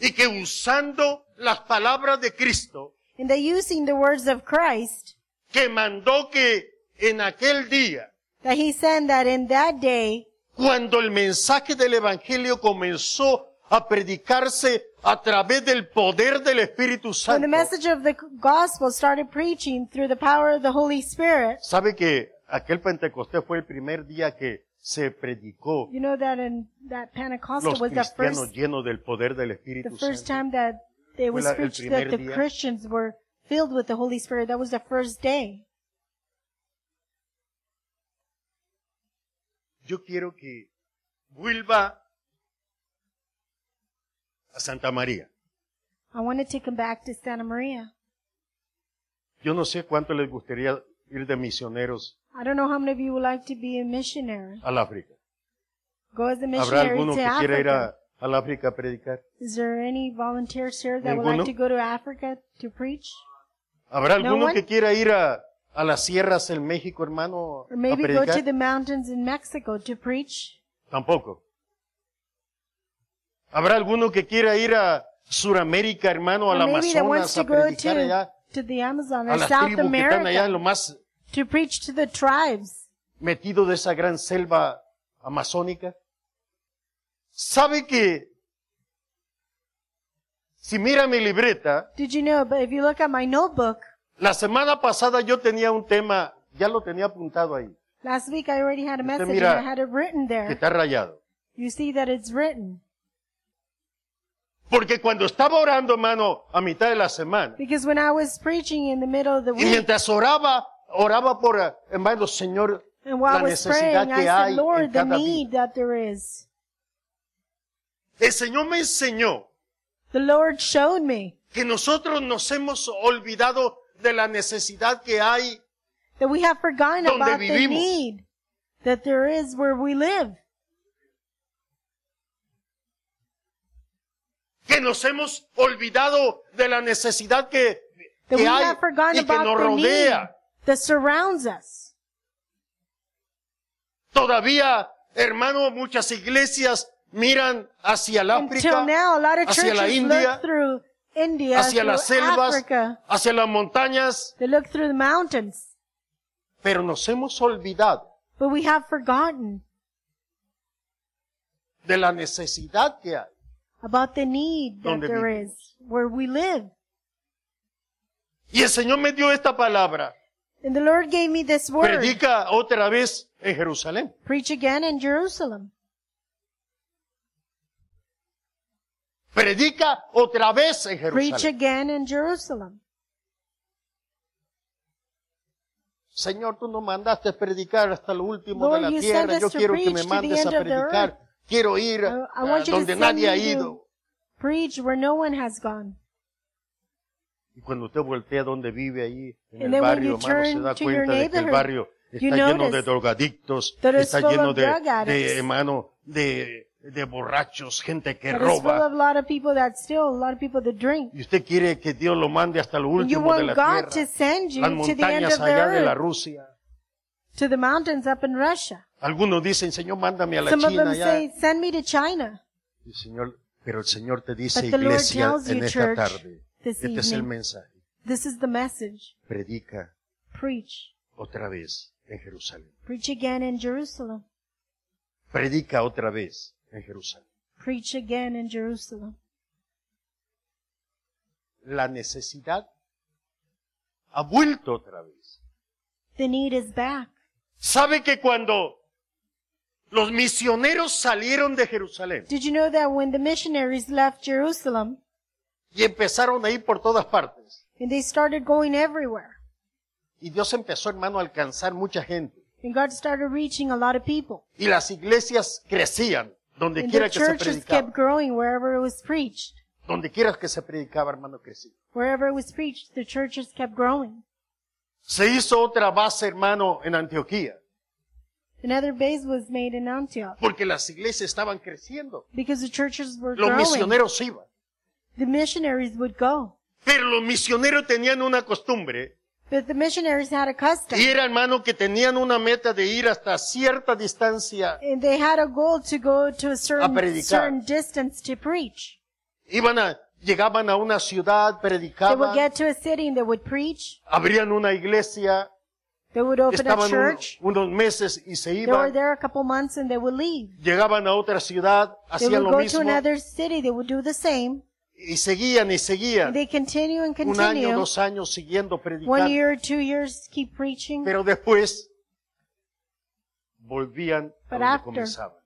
Speaker 1: y que usando las palabras de Cristo
Speaker 2: And that using the words of Christ,
Speaker 1: que mandó que en aquel día,
Speaker 2: that he said that in that day,
Speaker 1: cuando el mensaje del Evangelio comenzó a predicarse a través del poder del Espíritu
Speaker 2: when
Speaker 1: Santo,
Speaker 2: the message of the gospel started preaching through the power of the Holy Spirit,
Speaker 1: sabe que aquel Pentecostés fue el primer día que se predicó
Speaker 2: You know that in that Pentecostal
Speaker 1: los
Speaker 2: was the
Speaker 1: cristianos
Speaker 2: first
Speaker 1: llenos del poder del
Speaker 2: the
Speaker 1: Espíritu
Speaker 2: first
Speaker 1: Santo.
Speaker 2: time that it was
Speaker 1: la- el
Speaker 2: preached
Speaker 1: primer
Speaker 2: that the
Speaker 1: día.
Speaker 2: Christians were filled with the Holy Spirit. That was the first day.
Speaker 1: yo quiero que vuelva a Santa María.
Speaker 2: I want to take him back to Santa Maria.
Speaker 1: Yo no sé cuánto les gustaría ir de misioneros
Speaker 2: I don't know how many of you would like to be a missionary.
Speaker 1: al África.
Speaker 2: Go as
Speaker 1: ¿Habrá
Speaker 2: a missionary
Speaker 1: alguno
Speaker 2: to
Speaker 1: que quiera ir
Speaker 2: Africa.
Speaker 1: a- al África a predicar?
Speaker 2: Is there any volunteers here that would
Speaker 1: Ninguno?
Speaker 2: like to go to Africa to preach?
Speaker 1: ¿Habrá
Speaker 2: No
Speaker 1: alguno
Speaker 2: one?
Speaker 1: que quiera ir a, a las sierras en México, hermano,
Speaker 2: Or
Speaker 1: a
Speaker 2: maybe go to
Speaker 1: predicar?
Speaker 2: the mountains in Mexico to preach?
Speaker 1: Tampoco. ¿Habrá alguno que quiera ir a Suramérica, hermano,
Speaker 2: Or
Speaker 1: al
Speaker 2: maybe that
Speaker 1: Amazonas
Speaker 2: wants to
Speaker 1: a
Speaker 2: go
Speaker 1: predicar
Speaker 2: to,
Speaker 1: allá?
Speaker 2: to the Amazon
Speaker 1: A
Speaker 2: or
Speaker 1: las
Speaker 2: South
Speaker 1: tribus que están allá en
Speaker 2: America
Speaker 1: lo más
Speaker 2: to preach to the tribes.
Speaker 1: metido de esa gran selva amazónica? ¿Sabe que si mira mi libreta,
Speaker 2: Did you know? But if you look at my notebook,
Speaker 1: la semana pasada yo tenía un tema, ya lo tenía apuntado ahí,
Speaker 2: last week I already had a
Speaker 1: Usted
Speaker 2: message
Speaker 1: mira.
Speaker 2: and I had it written
Speaker 1: que
Speaker 2: there.
Speaker 1: está rayado.
Speaker 2: You see that it's written.
Speaker 1: Porque cuando estaba orando, hermano, a mitad de la semana,
Speaker 2: Because when I was preaching in the middle of the
Speaker 1: y
Speaker 2: week,
Speaker 1: mientras oraba, oraba por, eh, hermano, Señor,
Speaker 2: and while I
Speaker 1: la
Speaker 2: was
Speaker 1: necesidad
Speaker 2: praying,
Speaker 1: que
Speaker 2: I
Speaker 1: hay
Speaker 2: said,
Speaker 1: en
Speaker 2: Lord, the
Speaker 1: cada vida."
Speaker 2: need that there is.
Speaker 1: el Señor me enseñó
Speaker 2: The Lord showed me
Speaker 1: que nosotros nos hemos olvidado de la necesidad que hay
Speaker 2: that we have forgotten
Speaker 1: Donde
Speaker 2: about the
Speaker 1: vivimos.
Speaker 2: need that there is where we live.
Speaker 1: que nos hemos olvidado de la necesidad que,
Speaker 2: That
Speaker 1: que
Speaker 2: we
Speaker 1: hay
Speaker 2: have forgotten
Speaker 1: y que
Speaker 2: about
Speaker 1: nos
Speaker 2: the need
Speaker 1: rodea.
Speaker 2: that surrounds us.
Speaker 1: Todavía, hermano, muchas iglesias miran hacia el
Speaker 2: Until
Speaker 1: África,
Speaker 2: now, a lot of
Speaker 1: hacia
Speaker 2: churches
Speaker 1: la India,
Speaker 2: look through India,
Speaker 1: hacia
Speaker 2: through
Speaker 1: las selvas,
Speaker 2: Africa.
Speaker 1: hacia las montañas,
Speaker 2: They look through the mountains.
Speaker 1: pero nos hemos olvidado
Speaker 2: But we have forgotten
Speaker 1: de la necesidad que hay.
Speaker 2: about the need that
Speaker 1: Donde
Speaker 2: there
Speaker 1: vivimos.
Speaker 2: is where we live.
Speaker 1: Y el Señor me dio esta palabra.
Speaker 2: And the Lord gave me this word.
Speaker 1: Predica otra vez en Jerusalén.
Speaker 2: Preach again in Jerusalem.
Speaker 1: Predica otra vez en
Speaker 2: Preach
Speaker 1: Jerusalén.
Speaker 2: again in Jerusalem.
Speaker 1: Señor, tú nos mandaste a predicar hasta lo último
Speaker 2: Lord,
Speaker 1: de la
Speaker 2: you
Speaker 1: tierra.
Speaker 2: sent us
Speaker 1: Yo
Speaker 2: to
Speaker 1: quiero que
Speaker 2: preach
Speaker 1: me
Speaker 2: to the
Speaker 1: mandes a
Speaker 2: end of the earth. Uh,
Speaker 1: predicar. Quiero ir
Speaker 2: I- I
Speaker 1: ah,
Speaker 2: want you to
Speaker 1: donde
Speaker 2: send
Speaker 1: nadie ha
Speaker 2: me to-
Speaker 1: ido.
Speaker 2: Preach where no one has gone.
Speaker 1: Y cuando usted voltea donde vive ahí, en
Speaker 2: And
Speaker 1: el
Speaker 2: then when
Speaker 1: barrio,
Speaker 2: you
Speaker 1: hermano, se
Speaker 2: turn
Speaker 1: da
Speaker 2: to your
Speaker 1: cuenta de que el
Speaker 2: neighborhood,
Speaker 1: barrio
Speaker 2: you
Speaker 1: está lleno
Speaker 2: notice
Speaker 1: de drogadictos,
Speaker 2: that it's
Speaker 1: está
Speaker 2: full
Speaker 1: lleno
Speaker 2: of
Speaker 1: de,
Speaker 2: drug addicts.
Speaker 1: de, hermano, de, de borrachos, gente que
Speaker 2: But it's full
Speaker 1: roba.
Speaker 2: of a lot of people that steal, a lot of people that drink.
Speaker 1: Y usted quiere que Dios lo mande hasta lo
Speaker 2: And you
Speaker 1: último de la
Speaker 2: want God to
Speaker 1: tierra.
Speaker 2: send you
Speaker 1: Las
Speaker 2: to the end
Speaker 1: montañas
Speaker 2: of the
Speaker 1: allá de la
Speaker 2: earth,
Speaker 1: Rusia.
Speaker 2: to the mountains up in Russia.
Speaker 1: Algunos dicen, Señor, mándame a la
Speaker 2: Some of
Speaker 1: China
Speaker 2: them
Speaker 1: allá.
Speaker 2: say, send me to China.
Speaker 1: Y el Señor, pero el Señor te dice,
Speaker 2: But the Lord
Speaker 1: iglesia,
Speaker 2: tells
Speaker 1: en
Speaker 2: you,
Speaker 1: esta
Speaker 2: church,
Speaker 1: tarde,
Speaker 2: this
Speaker 1: este es el
Speaker 2: evening,
Speaker 1: mensaje.
Speaker 2: this is the message.
Speaker 1: Predica
Speaker 2: Preach.
Speaker 1: otra vez en Jerusalén.
Speaker 2: Preach again in Jerusalem.
Speaker 1: Predica otra vez en Jerusalén.
Speaker 2: Preach again in Jerusalem.
Speaker 1: La necesidad ha vuelto otra vez.
Speaker 2: The need is back.
Speaker 1: ¿Sabe que cuando los misioneros salieron de Jerusalén
Speaker 2: Did you know that when the missionaries left Jerusalem
Speaker 1: y empezaron a ir por todas partes?
Speaker 2: and they started going everywhere
Speaker 1: Y Dios empezó, hermano, a alcanzar mucha gente.
Speaker 2: and God started reaching a lot of people
Speaker 1: Y las iglesias crecían donde
Speaker 2: and
Speaker 1: quiera
Speaker 2: the
Speaker 1: que se
Speaker 2: churches
Speaker 1: predicaba.
Speaker 2: kept growing wherever it was preached.
Speaker 1: Donde quiera que se predicaba, hermano, crecía.
Speaker 2: Wherever it was preached, the churches kept growing.
Speaker 1: Se hizo otra base, hermano, en Antioquía,
Speaker 2: Another base was made in Antioch
Speaker 1: porque las iglesias estaban creciendo.
Speaker 2: because the churches were
Speaker 1: Los
Speaker 2: growing.
Speaker 1: misioneros iban.
Speaker 2: The missionaries would go.
Speaker 1: Pero los misioneros tenían una costumbre,
Speaker 2: But the missionaries had a custom.
Speaker 1: y era, hermano, que tenían una meta de ir hasta cierta distancia.
Speaker 2: And they had a goal to go to a certain,
Speaker 1: predicar.
Speaker 2: certain distance to preach.
Speaker 1: Iban a, llegaban a una ciudad,
Speaker 2: They would
Speaker 1: predicaban,
Speaker 2: get to a city and they would preach.
Speaker 1: abrían una iglesia,
Speaker 2: They would open a
Speaker 1: estaban un-
Speaker 2: church.
Speaker 1: unos meses y se
Speaker 2: They were
Speaker 1: iban.
Speaker 2: there a couple months and they would leave.
Speaker 1: Llegaban a otra ciudad,
Speaker 2: They
Speaker 1: hacían
Speaker 2: would
Speaker 1: lo
Speaker 2: go to
Speaker 1: mismo,
Speaker 2: another city. They would do the same.
Speaker 1: y seguían y seguían.
Speaker 2: And They continue and
Speaker 1: Un año,
Speaker 2: continue.
Speaker 1: dos años siguiendo, predicando.
Speaker 2: One year, two years, keep preaching.
Speaker 1: Pero después volvían a
Speaker 2: But
Speaker 1: donde
Speaker 2: after-
Speaker 1: comenzaban.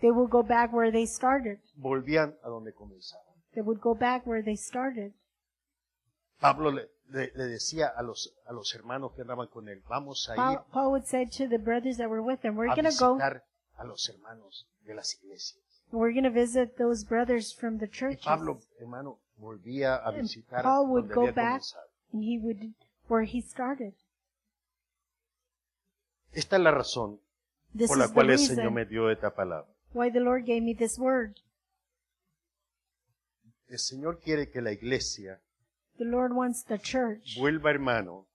Speaker 2: They would go back where they started.
Speaker 1: Volvían a donde comenzaban.
Speaker 2: They would go back where they started.
Speaker 1: Pablo le, le- le decía a los, a los hermanos que andaban con él, vamos a ir
Speaker 2: Paul, Paul would say to the brothers that were with him, "We're
Speaker 1: a
Speaker 2: going to go
Speaker 1: visitar a a los hermanos de las iglesias.
Speaker 2: We're going to visit those brothers from the
Speaker 1: Y
Speaker 2: churches.
Speaker 1: Pablo, hermano, volvía a
Speaker 2: And
Speaker 1: visitar
Speaker 2: Paul would
Speaker 1: donde
Speaker 2: go
Speaker 1: había
Speaker 2: back.
Speaker 1: comenzado.
Speaker 2: And he would, where he started.
Speaker 1: Esta es la razón
Speaker 2: This
Speaker 1: por la
Speaker 2: is the
Speaker 1: cual el Señor
Speaker 2: reason
Speaker 1: me dio esta palabra.
Speaker 2: why the Lord gave me this word.
Speaker 1: El Señor quiere que la iglesia
Speaker 2: The Lord wants the church
Speaker 1: vuelva, hermano,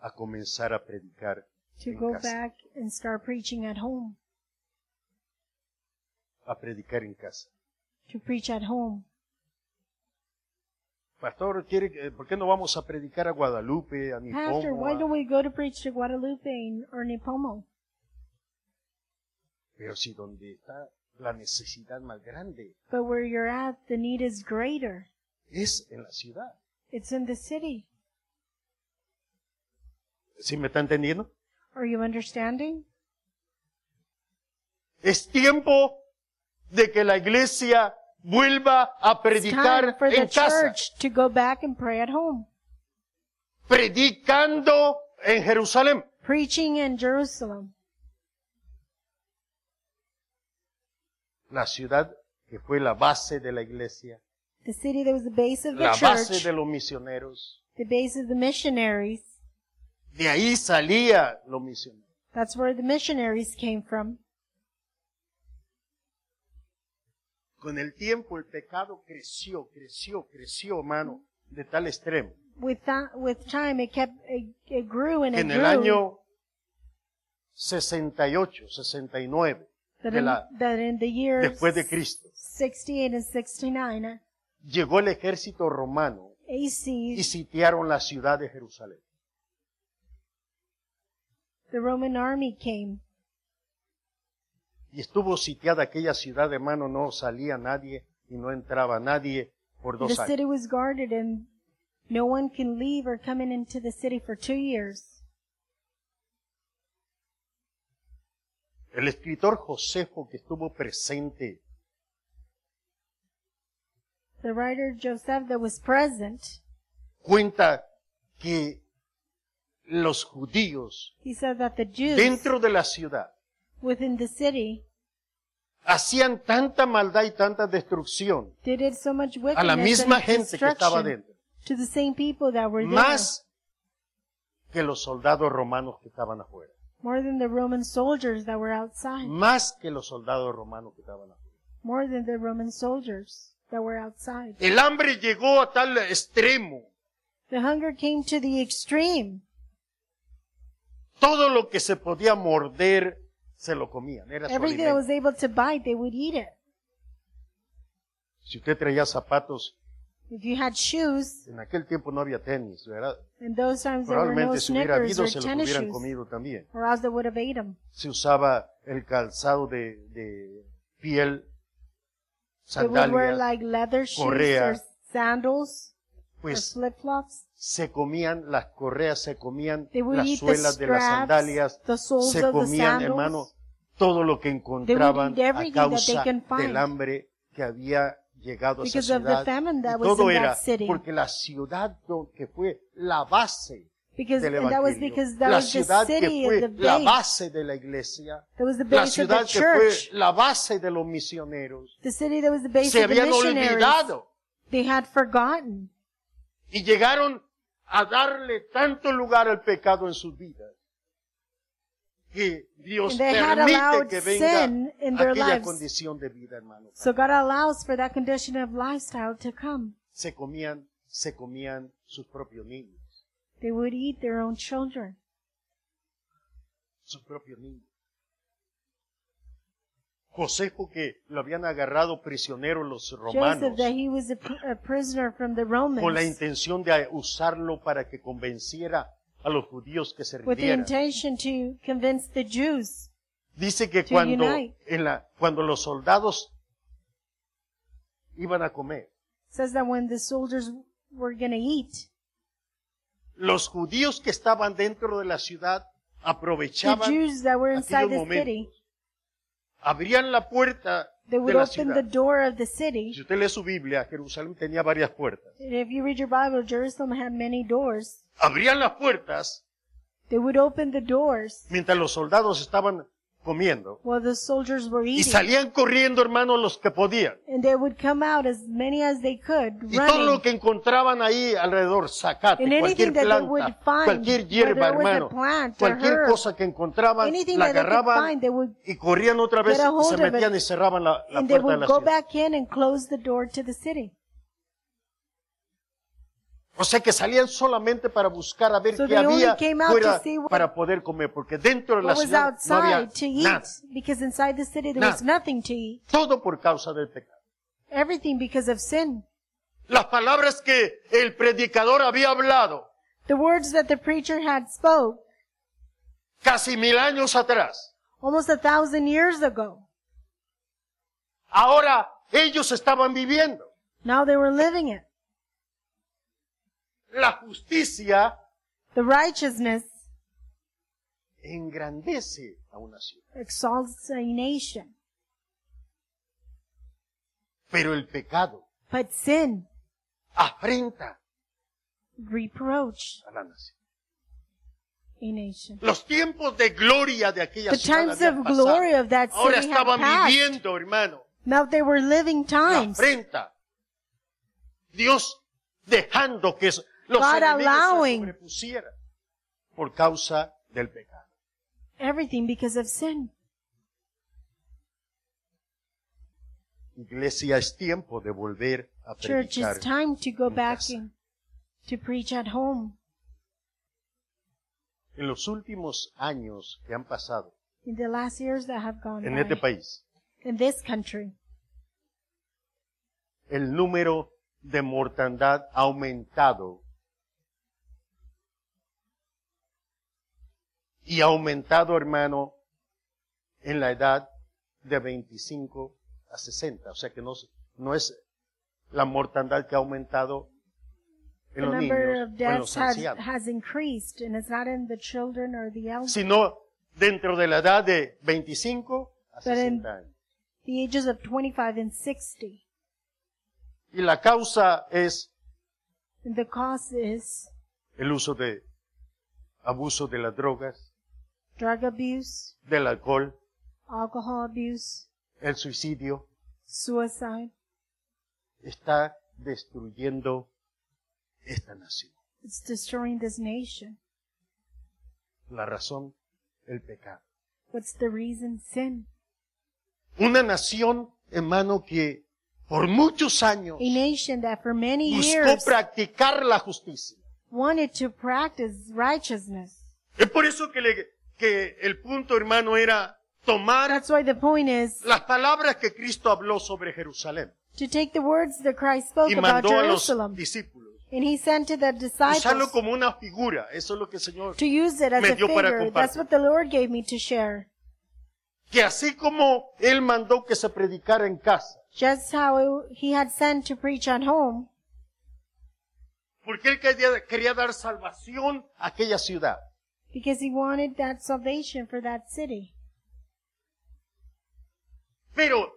Speaker 1: a comenzar a predicar
Speaker 2: to
Speaker 1: en
Speaker 2: go
Speaker 1: casa.
Speaker 2: back and start preaching at home,
Speaker 1: a predicar en casa.
Speaker 2: to preach at home.
Speaker 1: Pastor, quiere, que- ¿por qué no vamos a predicar a Guadalupe, a
Speaker 2: Pastor, why don't
Speaker 1: Nipomo? a-
Speaker 2: we go to preach to Guadalupe and- or Nipomo?
Speaker 1: Pero si donde está la necesidad más grande
Speaker 2: But where you're at, the need is greater.
Speaker 1: es en la ciudad.
Speaker 2: It's in the city.
Speaker 1: ¿Sí me está entendiendo?
Speaker 2: Are you understanding?
Speaker 1: Es tiempo de que la iglesia vuelva a
Speaker 2: It's time
Speaker 1: predicar
Speaker 2: for the
Speaker 1: en casa,
Speaker 2: church to go back and pray at home.
Speaker 1: predicando en Jerusalén.
Speaker 2: Preaching in Jerusalem,
Speaker 1: La ciudad que fue la base de la iglesia,
Speaker 2: the city that was the base of the
Speaker 1: la base de
Speaker 2: church,
Speaker 1: los misioneros.
Speaker 2: the base of the missionaries.
Speaker 1: De ahí salía los misioneros.
Speaker 2: That's where the missionaries came from.
Speaker 1: Con el tiempo el pecado creció, creció, creció, hermano, de tal extremo
Speaker 2: With that, with time, it kept, it, it grew and
Speaker 1: que
Speaker 2: it
Speaker 1: en el
Speaker 2: grew.
Speaker 1: año 68, 69
Speaker 2: That
Speaker 1: de
Speaker 2: in,
Speaker 1: la-
Speaker 2: that in the years
Speaker 1: después de Cristo
Speaker 2: 68 and 69 uh,
Speaker 1: llegó el ejército romano y
Speaker 2: AC,
Speaker 1: sitiaron la ciudad de Jerusalén.
Speaker 2: the Roman army came.
Speaker 1: Y estuvo sitiada aquella ciudad, hermano, no salía nadie y no entraba nadie por
Speaker 2: The
Speaker 1: dos años.
Speaker 2: city was guarded and no one can leave or come in into the city for two years.
Speaker 1: El escritor Josefo que estuvo presente
Speaker 2: The writer Joseph that was present,
Speaker 1: cuenta que los judíos
Speaker 2: he said that the Jews
Speaker 1: dentro de la ciudad
Speaker 2: within the city
Speaker 1: hacían tanta maldad y tanta destrucción
Speaker 2: they did so much wickedness
Speaker 1: a la misma
Speaker 2: and
Speaker 1: gente que estaba
Speaker 2: destruction
Speaker 1: dentro,
Speaker 2: to the same people that were there,
Speaker 1: más que los soldados romanos que estaban afuera,
Speaker 2: more than the Roman soldiers that were outside,
Speaker 1: más que los soldados romanos que estaban afuera.
Speaker 2: more than the Roman soldiers that were outside.
Speaker 1: El hambre llegó a tal extremo,
Speaker 2: The hunger came to the extreme.
Speaker 1: todo lo que se podía morder se lo comían, era su
Speaker 2: Everything that
Speaker 1: alimento.
Speaker 2: was able to bite, they would eat it.
Speaker 1: Si usted traía zapatos,
Speaker 2: If you had shoes,
Speaker 1: en aquel tiempo no había tenis, ¿verdad?
Speaker 2: in those times there were no
Speaker 1: Probablemente si hubiera
Speaker 2: Snickers
Speaker 1: habido
Speaker 2: or
Speaker 1: se los
Speaker 2: tennis
Speaker 1: hubieran
Speaker 2: shoes,
Speaker 1: comido también.
Speaker 2: or else they would have ate them.
Speaker 1: Se usaba el calzado de, de piel,
Speaker 2: They would wear
Speaker 1: sandalias,
Speaker 2: like leather shoes
Speaker 1: correa.
Speaker 2: or sandals or
Speaker 1: pues
Speaker 2: flip flops.
Speaker 1: se comían las correas, se comían
Speaker 2: They would
Speaker 1: las
Speaker 2: eat the
Speaker 1: suelas de las
Speaker 2: straps,
Speaker 1: sandalias,
Speaker 2: the soles
Speaker 1: se
Speaker 2: of the
Speaker 1: comían,
Speaker 2: sandals.
Speaker 1: hermano, todo lo que encontraban
Speaker 2: eat
Speaker 1: a
Speaker 2: everything that they
Speaker 1: causa
Speaker 2: can find.
Speaker 1: del hambre que había llegado a esa
Speaker 2: Because of the
Speaker 1: ciudad.
Speaker 2: famine that
Speaker 1: Y
Speaker 2: was
Speaker 1: todo
Speaker 2: in that
Speaker 1: era
Speaker 2: city.
Speaker 1: porque la ciudad do- que fue la base
Speaker 2: Because
Speaker 1: del
Speaker 2: and that was
Speaker 1: evangelio,
Speaker 2: because that
Speaker 1: la
Speaker 2: was the
Speaker 1: ciudad
Speaker 2: city
Speaker 1: que
Speaker 2: and the
Speaker 1: fue la
Speaker 2: base.
Speaker 1: base de la iglesia,
Speaker 2: That was the
Speaker 1: la
Speaker 2: base of the
Speaker 1: ciudad que fue
Speaker 2: church.
Speaker 1: la base de los misioneros,
Speaker 2: The city that was the base
Speaker 1: se
Speaker 2: of the
Speaker 1: habían
Speaker 2: missionaries.
Speaker 1: olvidado
Speaker 2: They had forgotten.
Speaker 1: y llegaron a darle tanto lugar al pecado en sus vidas que Dios
Speaker 2: And they had
Speaker 1: permite
Speaker 2: allowed
Speaker 1: que venga
Speaker 2: sin in their
Speaker 1: aquella
Speaker 2: lives.
Speaker 1: condición de vida, hermano.
Speaker 2: So God allows for that condition of lifestyle to come.
Speaker 1: Se comían, se comían sus propios niños,
Speaker 2: They would eat their own children.
Speaker 1: sus propios niños. Josefo que lo habían agarrado prisionero los romanos
Speaker 2: Joseph, that he was a, pr- a prisoner from the
Speaker 1: con la
Speaker 2: Romans,
Speaker 1: intención de usarlo para que convenciera a los judíos que se
Speaker 2: with the
Speaker 1: rindieran.
Speaker 2: intention to convince the Jews.
Speaker 1: Dice que
Speaker 2: To
Speaker 1: cuando,
Speaker 2: unite.
Speaker 1: en la, cuando los soldados iban a comer,
Speaker 2: says that when the soldiers were going to eat,
Speaker 1: los judíos que estaban dentro de la ciudad
Speaker 2: the
Speaker 1: aprovechaban,
Speaker 2: Jews that were inside
Speaker 1: aquellos
Speaker 2: the city,
Speaker 1: abrían la puerta
Speaker 2: they would
Speaker 1: de la
Speaker 2: open the
Speaker 1: ciudad.
Speaker 2: door of the
Speaker 1: Si
Speaker 2: city.
Speaker 1: usted lee su Biblia, Jerusalén tenía varias puertas.
Speaker 2: And if you read your Bible, Jerusalem had many doors.
Speaker 1: Abrían las puertas
Speaker 2: They would open the doors
Speaker 1: mientras los soldados estaban comiendo.
Speaker 2: Well, the soldiers were
Speaker 1: Y
Speaker 2: eating.
Speaker 1: salían corriendo, hermanos, los que podían.
Speaker 2: And they would come out as many as they could,
Speaker 1: Y todo lo
Speaker 2: running.
Speaker 1: que encontraban ahí alrededor, zacate,
Speaker 2: And
Speaker 1: cualquier
Speaker 2: anything that they would
Speaker 1: planta,
Speaker 2: find,
Speaker 1: cualquier hierba,
Speaker 2: whether it was a
Speaker 1: hermano,
Speaker 2: plant, a
Speaker 1: cualquier
Speaker 2: herb,
Speaker 1: cosa que encontraban,
Speaker 2: Anything
Speaker 1: la
Speaker 2: that they could
Speaker 1: agarraban
Speaker 2: find, they would,
Speaker 1: y corrían otra vez y
Speaker 2: get a
Speaker 1: se
Speaker 2: hold of it,
Speaker 1: metían y cerraban la, la
Speaker 2: and they
Speaker 1: puerta de
Speaker 2: would
Speaker 1: la
Speaker 2: go
Speaker 1: ciudad.
Speaker 2: back in and close the door to the city.
Speaker 1: O sea que salían solamente para buscar a ver
Speaker 2: So
Speaker 1: qué
Speaker 2: they only
Speaker 1: había
Speaker 2: came out
Speaker 1: fuera
Speaker 2: to see what-
Speaker 1: para poder comer, porque dentro de la
Speaker 2: What was
Speaker 1: ciudad no había
Speaker 2: outside to eat,
Speaker 1: nada.
Speaker 2: because inside the city there
Speaker 1: Nada.
Speaker 2: was nothing to eat.
Speaker 1: Todo por causa del pecado.
Speaker 2: Everything because of sin.
Speaker 1: Las palabras que el predicador había hablado
Speaker 2: The words that the preacher had spoke
Speaker 1: casi mil años atrás,
Speaker 2: almost a thousand years ago.
Speaker 1: ahora ellos estaban viviendo.
Speaker 2: Now they were living it.
Speaker 1: La justicia
Speaker 2: The righteousness
Speaker 1: engrandece a una ciudad,
Speaker 2: exalts a nation,
Speaker 1: pero el pecado
Speaker 2: but sin
Speaker 1: afrenta
Speaker 2: reproach
Speaker 1: a la nación.
Speaker 2: a nation.
Speaker 1: Los tiempos de gloria de aquella
Speaker 2: The
Speaker 1: ciudad
Speaker 2: times
Speaker 1: habían
Speaker 2: of
Speaker 1: pasado.
Speaker 2: glory of that
Speaker 1: ahora
Speaker 2: city had
Speaker 1: estaban
Speaker 2: passed.
Speaker 1: viviendo, hermano.
Speaker 2: Now they were living
Speaker 1: la
Speaker 2: times.
Speaker 1: afrenta. Dios dejando que los
Speaker 2: God
Speaker 1: enemigos se
Speaker 2: allowing.
Speaker 1: sobrepusieran por causa del pecado.
Speaker 2: Everything because of sin.
Speaker 1: Iglesia, es tiempo de volver a
Speaker 2: Church,
Speaker 1: predicar.
Speaker 2: it's time to go
Speaker 1: en
Speaker 2: back
Speaker 1: casa.
Speaker 2: and to preach at home.
Speaker 1: En los últimos años que han pasado
Speaker 2: In the last years that have gone
Speaker 1: en
Speaker 2: by,
Speaker 1: este país,
Speaker 2: in this country,
Speaker 1: el número de mortandad ha aumentado y ha aumentado, hermano, en la edad de 25 a 60. O sea que no, es- no es la mortandad que ha aumentado en
Speaker 2: the
Speaker 1: los
Speaker 2: number
Speaker 1: niños
Speaker 2: of
Speaker 1: o en
Speaker 2: deaths
Speaker 1: los
Speaker 2: has,
Speaker 1: ancianos,
Speaker 2: has increased, and it's not in the children or the elders.
Speaker 1: sino dentro de la edad de 25 a
Speaker 2: Pero en-
Speaker 1: 60 años.
Speaker 2: the ages of 25 and 60.
Speaker 1: Y la causa es
Speaker 2: And the cause is
Speaker 1: el uso de abuso de las drogas,
Speaker 2: drug abuse,
Speaker 1: del alcohol,
Speaker 2: alcohol abuse,
Speaker 1: el suicidio
Speaker 2: suicide.
Speaker 1: está destruyendo esta nación.
Speaker 2: It's destroying this nation.
Speaker 1: La razón, el pecado.
Speaker 2: What's the reason? Sin.
Speaker 1: Una nación, hermano, que por muchos años
Speaker 2: A nation that for many
Speaker 1: buscó
Speaker 2: years
Speaker 1: practicar la justicia.
Speaker 2: wanted to practice righteousness.
Speaker 1: Es por eso que, le- que el punto, hermano, era tomar
Speaker 2: That's why the point is
Speaker 1: las palabras que Cristo habló sobre Jerusalén
Speaker 2: to take the words that Christ spoke
Speaker 1: y
Speaker 2: about
Speaker 1: mandó a los
Speaker 2: Jerusalem,
Speaker 1: discípulos.
Speaker 2: and he sent to the
Speaker 1: Usarlo
Speaker 2: disciples
Speaker 1: como una figura, eso es lo que el Señor...
Speaker 2: to use it as
Speaker 1: Me
Speaker 2: a
Speaker 1: dio para
Speaker 2: figure.
Speaker 1: compartir.
Speaker 2: That's what the Lord gave me to share.
Speaker 1: Que así como Él mandó que se predicara en casa,
Speaker 2: Just how he had sent to preach at home,
Speaker 1: Porque él quería, quería dar salvación a aquella ciudad.
Speaker 2: because he wanted that salvation for that city.
Speaker 1: Pero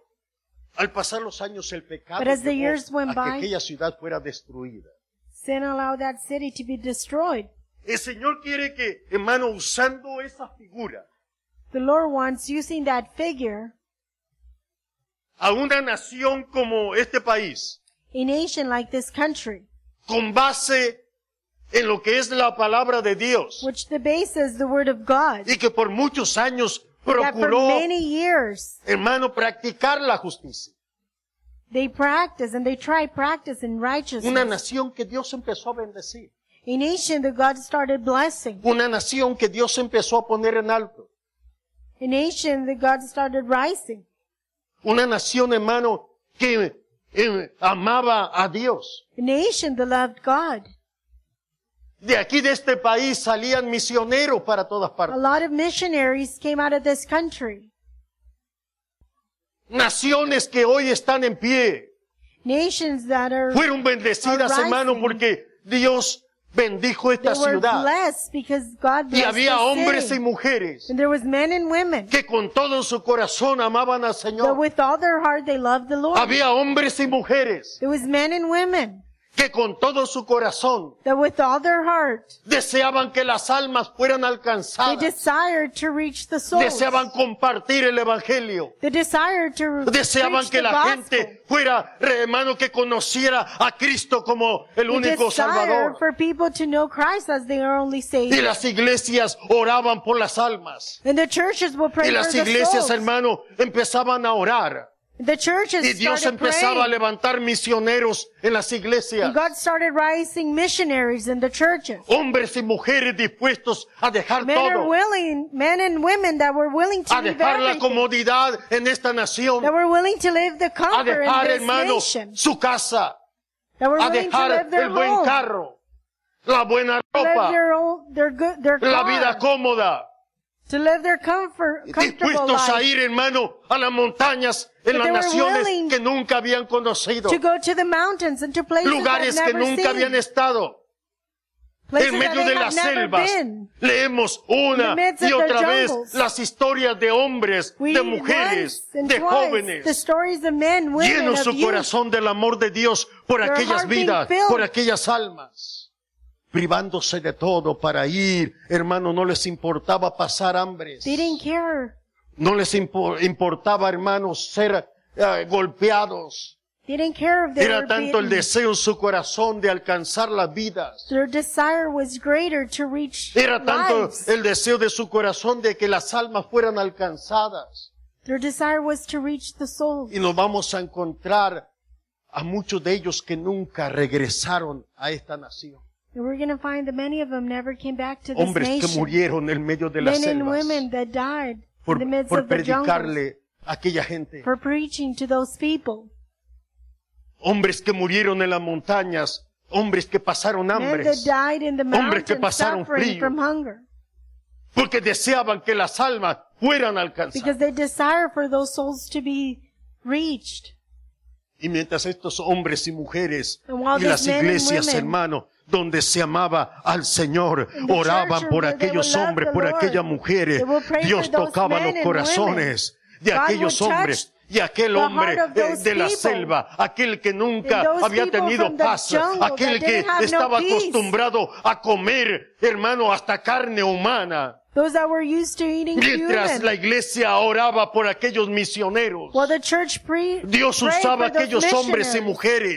Speaker 1: al pasar los años el pecado
Speaker 2: But as the
Speaker 1: llevó
Speaker 2: years went
Speaker 1: a que
Speaker 2: by-
Speaker 1: aquella ciudad fuera destruida.
Speaker 2: Sin allowed that city to be destroyed.
Speaker 1: El Señor quiere que, hermano, usando esa figura,
Speaker 2: The Lord wants using that figure,
Speaker 1: a una nación como este país,
Speaker 2: a nation like this country,
Speaker 1: con base en lo que es la palabra de Dios,
Speaker 2: which the base is the word of God,
Speaker 1: y que por muchos años
Speaker 2: that for
Speaker 1: procuró,
Speaker 2: many years
Speaker 1: hermano, practicar la justicia.
Speaker 2: they practice and they try practice in
Speaker 1: Una
Speaker 2: righteousness.
Speaker 1: nación que Dios empezó a bendecir.
Speaker 2: A nation that God started blessing.
Speaker 1: Una nación que Dios empezó a poner en alto.
Speaker 2: A nation that God started rising.
Speaker 1: Una nación, hermano, que eh, amaba a Dios.
Speaker 2: A nation that loved God.
Speaker 1: De aquí de este país salían misioneros para todas
Speaker 2: A
Speaker 1: partes.
Speaker 2: lot of missionaries came out of this country.
Speaker 1: Naciones que hoy están en pie
Speaker 2: Nations that are, they
Speaker 1: fueron bendecidas, hermano, porque Dios bendijo esta
Speaker 2: were
Speaker 1: ciudad.
Speaker 2: blessed because God
Speaker 1: Y
Speaker 2: blessed
Speaker 1: había
Speaker 2: the
Speaker 1: hombres y
Speaker 2: city.
Speaker 1: mujeres
Speaker 2: And there was men and women
Speaker 1: que con todo su corazón amaban al
Speaker 2: that
Speaker 1: Señor.
Speaker 2: with all their heart they loved the Lord.
Speaker 1: Había hombres y mujeres
Speaker 2: It was men and women
Speaker 1: que con todo su corazón
Speaker 2: that with all their heart
Speaker 1: deseaban que las almas fueran
Speaker 2: they
Speaker 1: alcanzadas,
Speaker 2: desired to reach the souls.
Speaker 1: deseaban compartir el Evangelio.
Speaker 2: They desired to re- reach
Speaker 1: Deseaban
Speaker 2: the
Speaker 1: que la
Speaker 2: gospel.
Speaker 1: gente fuera, hermano, que conociera a Cristo como el
Speaker 2: They
Speaker 1: único
Speaker 2: desire
Speaker 1: Salvador.
Speaker 2: for people to know Christ as their only
Speaker 1: Y
Speaker 2: Savior.
Speaker 1: las iglesias oraban por las almas.
Speaker 2: And the churches will pray
Speaker 1: Y
Speaker 2: for
Speaker 1: las
Speaker 2: the
Speaker 1: iglesias,
Speaker 2: souls.
Speaker 1: hermano, empezaban a orar.
Speaker 2: The churches
Speaker 1: Y Dios
Speaker 2: started
Speaker 1: empezaba a
Speaker 2: praying.
Speaker 1: levantar misioneros en las iglesias.
Speaker 2: And God started raising missionaries in the churches.
Speaker 1: Hombres y mujeres dispuestos a dejar
Speaker 2: Men are
Speaker 1: todo.
Speaker 2: willing, men and women that were willing to
Speaker 1: A
Speaker 2: leave
Speaker 1: dejar la
Speaker 2: everything,
Speaker 1: comodidad en esta
Speaker 2: that
Speaker 1: nación.
Speaker 2: were willing to leave the
Speaker 1: A
Speaker 2: comfort in
Speaker 1: dejar,
Speaker 2: this
Speaker 1: hermano,
Speaker 2: nation,
Speaker 1: su casa.
Speaker 2: that were
Speaker 1: A
Speaker 2: willing to
Speaker 1: dejar
Speaker 2: leave their
Speaker 1: el buen
Speaker 2: home,
Speaker 1: carro. La buena
Speaker 2: to live
Speaker 1: ropa.
Speaker 2: their old, their good, their
Speaker 1: La
Speaker 2: car,
Speaker 1: vida cómoda.
Speaker 2: to live their comfort, comfortable
Speaker 1: dispuestos a
Speaker 2: life,
Speaker 1: ir, hermano, a las montañas en
Speaker 2: That
Speaker 1: las
Speaker 2: they were
Speaker 1: naciones
Speaker 2: willing
Speaker 1: que nunca habían conocido,
Speaker 2: to go to the mountains and to places
Speaker 1: lugares
Speaker 2: they've
Speaker 1: que
Speaker 2: never
Speaker 1: nunca habían
Speaker 2: seen,
Speaker 1: estado,
Speaker 2: places
Speaker 1: en
Speaker 2: that
Speaker 1: medio
Speaker 2: they
Speaker 1: de
Speaker 2: have
Speaker 1: las
Speaker 2: never
Speaker 1: selvas.
Speaker 2: been.
Speaker 1: Leemos
Speaker 2: In
Speaker 1: una
Speaker 2: the midst
Speaker 1: y
Speaker 2: of the
Speaker 1: otra vez
Speaker 2: jungles.
Speaker 1: las historias de hombres,
Speaker 2: We
Speaker 1: de mujeres,
Speaker 2: once and
Speaker 1: de
Speaker 2: twice the
Speaker 1: jóvenes.
Speaker 2: stories of men, women,
Speaker 1: Lleno
Speaker 2: of
Speaker 1: su
Speaker 2: youth,
Speaker 1: corazón del amor de Dios por
Speaker 2: Their
Speaker 1: aquellas
Speaker 2: heart being
Speaker 1: vidas,
Speaker 2: filled.
Speaker 1: por aquellas almas. Privándose de todo para ir, hermano, no les importaba pasar hambre.
Speaker 2: They didn't care.
Speaker 1: No les impo- importaba, hermanos, ser eh, golpeados.
Speaker 2: They didn't care if they
Speaker 1: Era
Speaker 2: were
Speaker 1: tanto el
Speaker 2: beaten.
Speaker 1: deseo en su corazón de alcanzar las vidas.
Speaker 2: Their desire was greater to reach
Speaker 1: Era tanto
Speaker 2: lives.
Speaker 1: el deseo de su corazón de que las almas fueran alcanzadas.
Speaker 2: Their desire was to reach the souls.
Speaker 1: Y nos vamos a encontrar a muchos de ellos que nunca regresaron a esta nación.
Speaker 2: And we're going to find that many of them never came back to this
Speaker 1: Hombres que
Speaker 2: nation.
Speaker 1: murieron en medio de las
Speaker 2: Men and
Speaker 1: selvas
Speaker 2: women that died
Speaker 1: por,
Speaker 2: in the midst
Speaker 1: por
Speaker 2: of the jungle
Speaker 1: predicarle a aquella gente.
Speaker 2: for preaching to those people.
Speaker 1: Hombres que murieron en las montañas. Hombres que pasaron
Speaker 2: Men that
Speaker 1: hambre.
Speaker 2: died in the
Speaker 1: Hombres que
Speaker 2: mountains
Speaker 1: pasaron
Speaker 2: suffering
Speaker 1: frío.
Speaker 2: from hunger.
Speaker 1: Porque deseaban que las almas fueran alcanzadas.
Speaker 2: Because they desire for those souls to be reached.
Speaker 1: Y mientras estos hombres y mujeres
Speaker 2: And while
Speaker 1: y las
Speaker 2: these men and
Speaker 1: iglesias,
Speaker 2: women-
Speaker 1: hermano, donde se amaba al Señor,
Speaker 2: the
Speaker 1: oraban
Speaker 2: church
Speaker 1: por
Speaker 2: where they
Speaker 1: aquellos
Speaker 2: will love
Speaker 1: hombres,
Speaker 2: the
Speaker 1: por
Speaker 2: Lord,
Speaker 1: aquellas mujeres,
Speaker 2: they will pray
Speaker 1: Dios
Speaker 2: for those
Speaker 1: tocaba
Speaker 2: men
Speaker 1: los
Speaker 2: and
Speaker 1: corazones de
Speaker 2: God would
Speaker 1: aquellos
Speaker 2: touch
Speaker 1: hombres y aquel
Speaker 2: the heart
Speaker 1: hombre
Speaker 2: of
Speaker 1: de,
Speaker 2: those
Speaker 1: de la
Speaker 2: people.
Speaker 1: selva, aquel que nunca
Speaker 2: And those
Speaker 1: había
Speaker 2: people
Speaker 1: tenido
Speaker 2: from the
Speaker 1: paz,
Speaker 2: jungle
Speaker 1: aquel
Speaker 2: that
Speaker 1: que
Speaker 2: didn't have no
Speaker 1: estaba
Speaker 2: peace.
Speaker 1: acostumbrado a comer, hermano, hasta carne humana,
Speaker 2: Those that were used to eating
Speaker 1: mientras
Speaker 2: human.
Speaker 1: la iglesia oraba por aquellos misioneros.
Speaker 2: While the church pre-
Speaker 1: Dios
Speaker 2: prayed
Speaker 1: usaba
Speaker 2: for those
Speaker 1: aquellos hombres y
Speaker 2: missionaries.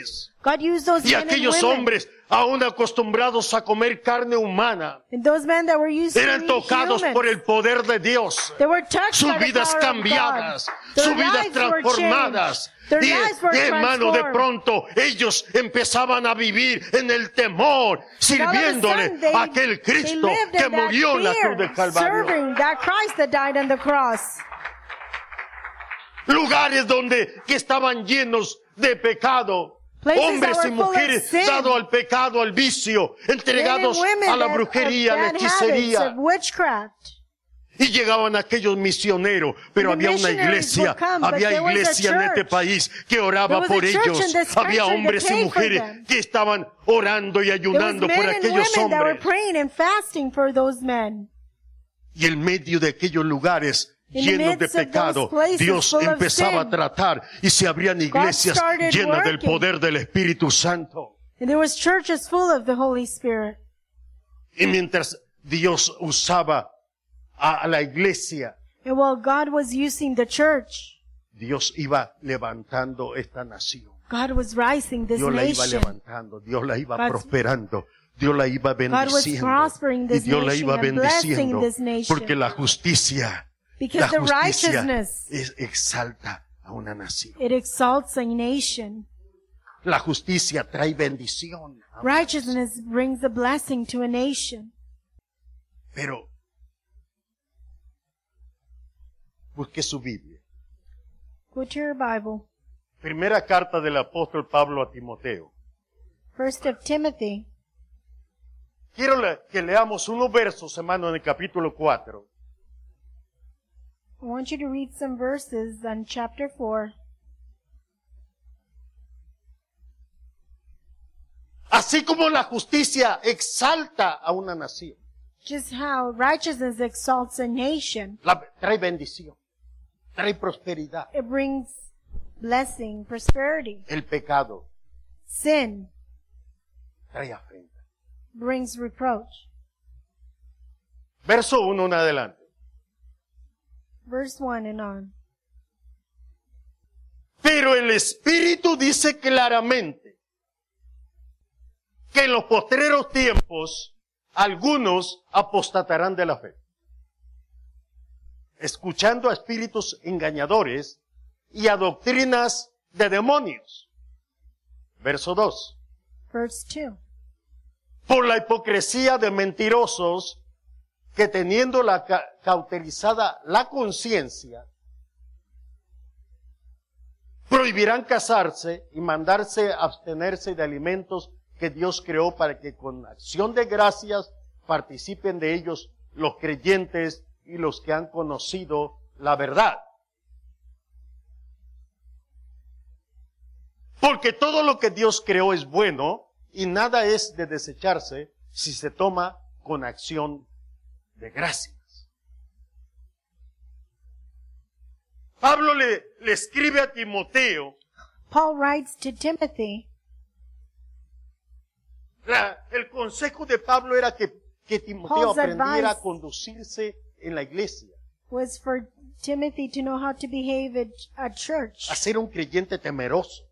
Speaker 1: mujeres.
Speaker 2: God used those
Speaker 1: y
Speaker 2: men and
Speaker 1: aquellos
Speaker 2: women.
Speaker 1: hombres aún acostumbrados a comer carne humana
Speaker 2: And those men that were used to
Speaker 1: eran
Speaker 2: being
Speaker 1: tocados
Speaker 2: human,
Speaker 1: por el poder de Dios
Speaker 2: they were touched
Speaker 1: sus
Speaker 2: by the
Speaker 1: vidas
Speaker 2: power of
Speaker 1: cambiadas
Speaker 2: God. Their
Speaker 1: sus vidas
Speaker 2: lives were
Speaker 1: transformadas
Speaker 2: changed. Their
Speaker 1: y
Speaker 2: lives were
Speaker 1: y, hermano de
Speaker 2: transformed.
Speaker 1: pronto ellos empezaban a vivir en el temor
Speaker 2: And all of a
Speaker 1: sirviéndole
Speaker 2: sudden, they-
Speaker 1: a aquel
Speaker 2: they
Speaker 1: Cristo
Speaker 2: lived in
Speaker 1: que
Speaker 2: that
Speaker 1: murió en la
Speaker 2: fear,
Speaker 1: cruz del Calvario
Speaker 2: Serving that Christ that died on the cross.
Speaker 1: lugares donde que estaban llenos de pecado
Speaker 2: Places
Speaker 1: Hombres
Speaker 2: that
Speaker 1: y
Speaker 2: were full of
Speaker 1: mujeres
Speaker 2: sin.
Speaker 1: dados al pecado, al vicio,
Speaker 2: Men and
Speaker 1: entregados
Speaker 2: women
Speaker 1: a la
Speaker 2: that-
Speaker 1: brujería, a
Speaker 2: of
Speaker 1: la
Speaker 2: bad habits,
Speaker 1: hechicería.
Speaker 2: of witchcraft.
Speaker 1: Y llegaban aquellos misioneros, pero
Speaker 2: And the
Speaker 1: había una
Speaker 2: missionaries will
Speaker 1: iglesia,
Speaker 2: come, but
Speaker 1: había
Speaker 2: there was a
Speaker 1: iglesia en este
Speaker 2: church.
Speaker 1: país que oraba
Speaker 2: There was a
Speaker 1: por
Speaker 2: church in
Speaker 1: ellos.
Speaker 2: this country
Speaker 1: Había
Speaker 2: that
Speaker 1: hombres y
Speaker 2: prayed for
Speaker 1: mujeres
Speaker 2: them.
Speaker 1: que estaban orando y
Speaker 2: There was
Speaker 1: ayunando
Speaker 2: men
Speaker 1: por
Speaker 2: and women
Speaker 1: aquellos
Speaker 2: that were
Speaker 1: hombres.
Speaker 2: praying and fasting for those men.
Speaker 1: Y en medio de aquellos lugares
Speaker 2: In the
Speaker 1: llenos de
Speaker 2: midst of
Speaker 1: pecado,
Speaker 2: those places
Speaker 1: Dios
Speaker 2: full of
Speaker 1: empezaba a
Speaker 2: sin,
Speaker 1: tratar y se abrían iglesias
Speaker 2: started
Speaker 1: llenas del
Speaker 2: working.
Speaker 1: poder del Espíritu Santo.
Speaker 2: And there was churches full of the Holy Spirit.
Speaker 1: Y mientras Dios usaba a a la iglesia,
Speaker 2: And while God was using the church,
Speaker 1: Dios iba levantando esta nación.
Speaker 2: God was rising this
Speaker 1: Dios la iba
Speaker 2: nation.
Speaker 1: levantando, Dios la iba
Speaker 2: God's-
Speaker 1: prosperando, Dios la iba
Speaker 2: was
Speaker 1: bendiciendo.
Speaker 2: prospering
Speaker 1: Y
Speaker 2: this
Speaker 1: Dios la
Speaker 2: nation
Speaker 1: iba
Speaker 2: and blessing
Speaker 1: bendiciendo
Speaker 2: this nation.
Speaker 1: porque la justicia, la
Speaker 2: Because the
Speaker 1: justicia
Speaker 2: righteousness,
Speaker 1: es- exalta a una nación.
Speaker 2: it exalts a nation.
Speaker 1: La justicia trae bendición. amén.
Speaker 2: Righteousness brings a blessing to a nation.
Speaker 1: Pero busque su Biblia.
Speaker 2: Go to your Bible.
Speaker 1: Primera carta del apóstol Pablo a Timoteo.
Speaker 2: First of Timothy.
Speaker 1: Quiero le- que leamos unos versos, hermano, en el capítulo 4.
Speaker 2: I want you to read some verses on chapter 4.
Speaker 1: Así como la justicia exalta a una nación.
Speaker 2: Just how righteousness exalts a nation.
Speaker 1: La- trae bendición, trae prosperidad.
Speaker 2: It brings blessing, prosperity,
Speaker 1: El pecado,
Speaker 2: sin,
Speaker 1: trae afrenta.
Speaker 2: brings reproach.
Speaker 1: Verso 1 en adelante.
Speaker 2: Verse 1 and on.
Speaker 1: Pero el Espíritu dice claramente que en los postreros tiempos algunos apostatarán de la fe, escuchando a espíritus engañadores y a doctrinas de demonios. Verso 2.
Speaker 2: Verse 2.
Speaker 1: Por la hipocresía de mentirosos que teniendo la ca- cauterizada la conciencia, prohibirán casarse y mandarse abstenerse de alimentos que Dios creó para que con acción de gracias participen de ellos los creyentes y los que han conocido la verdad. Porque todo lo que Dios creó es bueno y nada es de desecharse si se toma con acción de gracias. Pablo le, le escribe a Timoteo
Speaker 2: Paul writes to Timothy,
Speaker 1: La- el consejo de Pablo era que, que Timoteo
Speaker 2: Paul's
Speaker 1: aprendiera a
Speaker 2: advice-
Speaker 1: conducirse en la iglesia,
Speaker 2: was for Timothy to know how to behave at a church,
Speaker 1: a ser un creyente temeroso,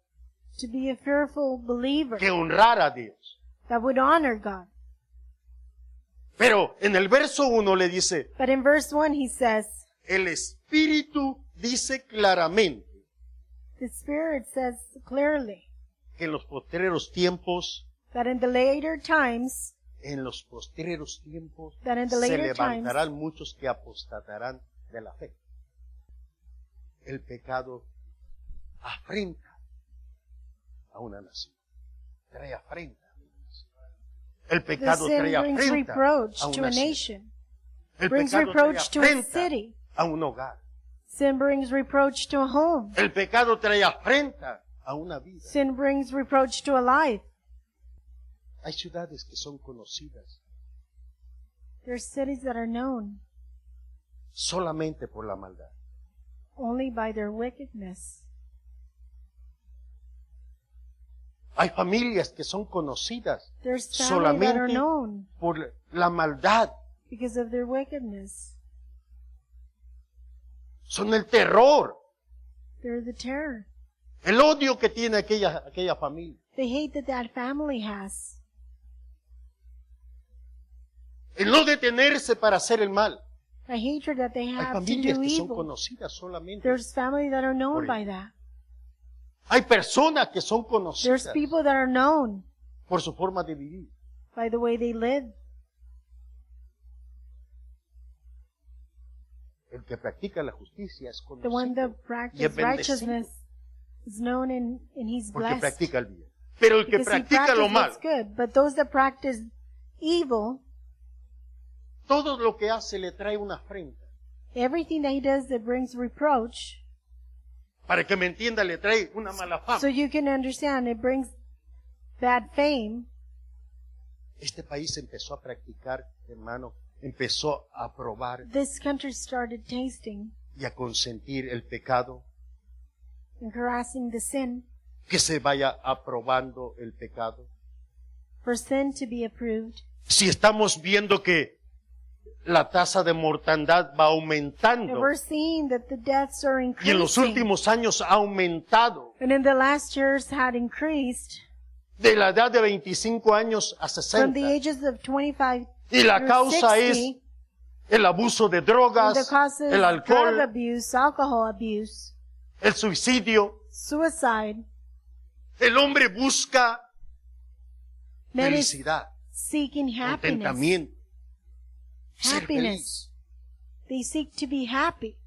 Speaker 2: to be a fearful believer
Speaker 1: que honrara a Dios.
Speaker 2: that would honor God.
Speaker 1: Pero en el verso 1 le dice,
Speaker 2: But in verse 1 he says,
Speaker 1: el Espíritu dice claramente
Speaker 2: the Spirit says clearly
Speaker 1: que en los postreros tiempos,
Speaker 2: that in the later times,
Speaker 1: en los postreros tiempos,
Speaker 2: That in the
Speaker 1: se
Speaker 2: later
Speaker 1: levantarán muchos que apostatarán de la fe. El pecado afrenta a una nación. Trae afrenta. a una nación. El
Speaker 2: the
Speaker 1: pecado
Speaker 2: sin
Speaker 1: trae
Speaker 2: brings
Speaker 1: afrenta
Speaker 2: reproach
Speaker 1: a
Speaker 2: to a
Speaker 1: una nación.
Speaker 2: nation,
Speaker 1: El
Speaker 2: brings
Speaker 1: pecado trae
Speaker 2: reproach to a
Speaker 1: afrenta
Speaker 2: city.
Speaker 1: a un hogar.
Speaker 2: Sin brings reproach to a home.
Speaker 1: El pecado trae afrenta a una vida.
Speaker 2: Sin brings reproach to a life.
Speaker 1: Hay ciudades que son conocidas
Speaker 2: There's cities that are known
Speaker 1: solamente por la maldad.
Speaker 2: only by their wickedness.
Speaker 1: Hay familias que son conocidas
Speaker 2: There's families that are
Speaker 1: Solamente-
Speaker 2: known
Speaker 1: por la maldad.
Speaker 2: because of their wickedness.
Speaker 1: Son el terror
Speaker 2: They're the terror,
Speaker 1: El odio que tiene aquella, aquella familia.
Speaker 2: the hate that that family has,
Speaker 1: El no detenerse para hacer el mal.
Speaker 2: the hatred that they
Speaker 1: Hay
Speaker 2: have to
Speaker 1: familias
Speaker 2: do
Speaker 1: que son
Speaker 2: evil.
Speaker 1: conocidas solamente.
Speaker 2: There's family that are known
Speaker 1: Por
Speaker 2: by that.
Speaker 1: Hay personas que son
Speaker 2: There's
Speaker 1: conocidas
Speaker 2: people that are known
Speaker 1: por su forma de vivir.
Speaker 2: by the way they live.
Speaker 1: El que practica la justicia es
Speaker 2: The one
Speaker 1: conocido
Speaker 2: that practices righteousness is known and, and he's
Speaker 1: porque
Speaker 2: blessed.
Speaker 1: practica el bien. Pero el que
Speaker 2: Because he
Speaker 1: practica lo
Speaker 2: practices
Speaker 1: malo,
Speaker 2: what's good. But those that practice evil,
Speaker 1: todo lo que hace le trae una afrenta.
Speaker 2: everything that he does that brings reproach,
Speaker 1: Para que me entienda, le trae una mala
Speaker 2: so
Speaker 1: fama.
Speaker 2: you can understand it brings bad fame.
Speaker 1: Este país empezó a practicar, hermano, empezó a probar
Speaker 2: This country started tasting
Speaker 1: y a consentir el pecado
Speaker 2: and harassing the sin
Speaker 1: que se vaya aprobando el pecado.
Speaker 2: for sin to be approved.
Speaker 1: Si estamos viendo que la tasa de mortandad va
Speaker 2: And
Speaker 1: aumentando
Speaker 2: we're seeing that the deaths are
Speaker 1: y en los
Speaker 2: increasing.
Speaker 1: últimos años ha aumentado
Speaker 2: And in the last years had increased
Speaker 1: de la edad de 25 años a
Speaker 2: from the
Speaker 1: 60
Speaker 2: ages of 25
Speaker 1: y la
Speaker 2: through
Speaker 1: causa
Speaker 2: 60,
Speaker 1: es el abuso de
Speaker 2: And the
Speaker 1: drogas,
Speaker 2: causes
Speaker 1: el
Speaker 2: drug
Speaker 1: alcohol,
Speaker 2: abuse, alcohol abuse,
Speaker 1: el suicidio.
Speaker 2: suicide.
Speaker 1: El hombre busca
Speaker 2: Men is
Speaker 1: felicidad,
Speaker 2: seeking happiness.
Speaker 1: contentamiento, ser feliz.
Speaker 2: Happiness. They seek to be happy.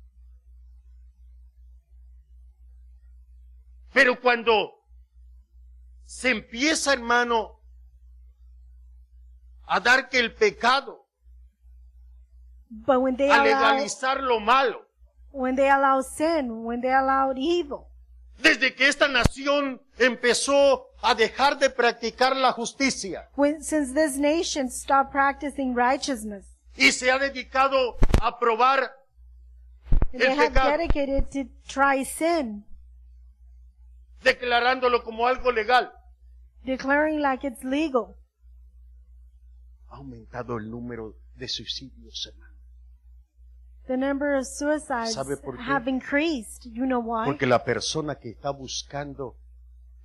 Speaker 1: Pero cuando se empieza, hermano, a dar que el pecado,
Speaker 2: But when they
Speaker 1: a
Speaker 2: allow,
Speaker 1: legalizar lo malo,
Speaker 2: when they allow sin, when they allow evil,
Speaker 1: desde que esta nación empezó a dejar de practicar la justicia
Speaker 2: when, since this nation stopped practicing righteousness,
Speaker 1: y se ha dedicado a probar,
Speaker 2: and they
Speaker 1: El
Speaker 2: have
Speaker 1: pecado.
Speaker 2: dedicated to try sin,
Speaker 1: declarándolo como algo legal,
Speaker 2: declaring like it's legal.
Speaker 1: ha aumentado el número de suicidios, hermano.
Speaker 2: The number of suicides
Speaker 1: ¿Sabe por qué?
Speaker 2: have increased. You know why?
Speaker 1: Porque la persona que está buscando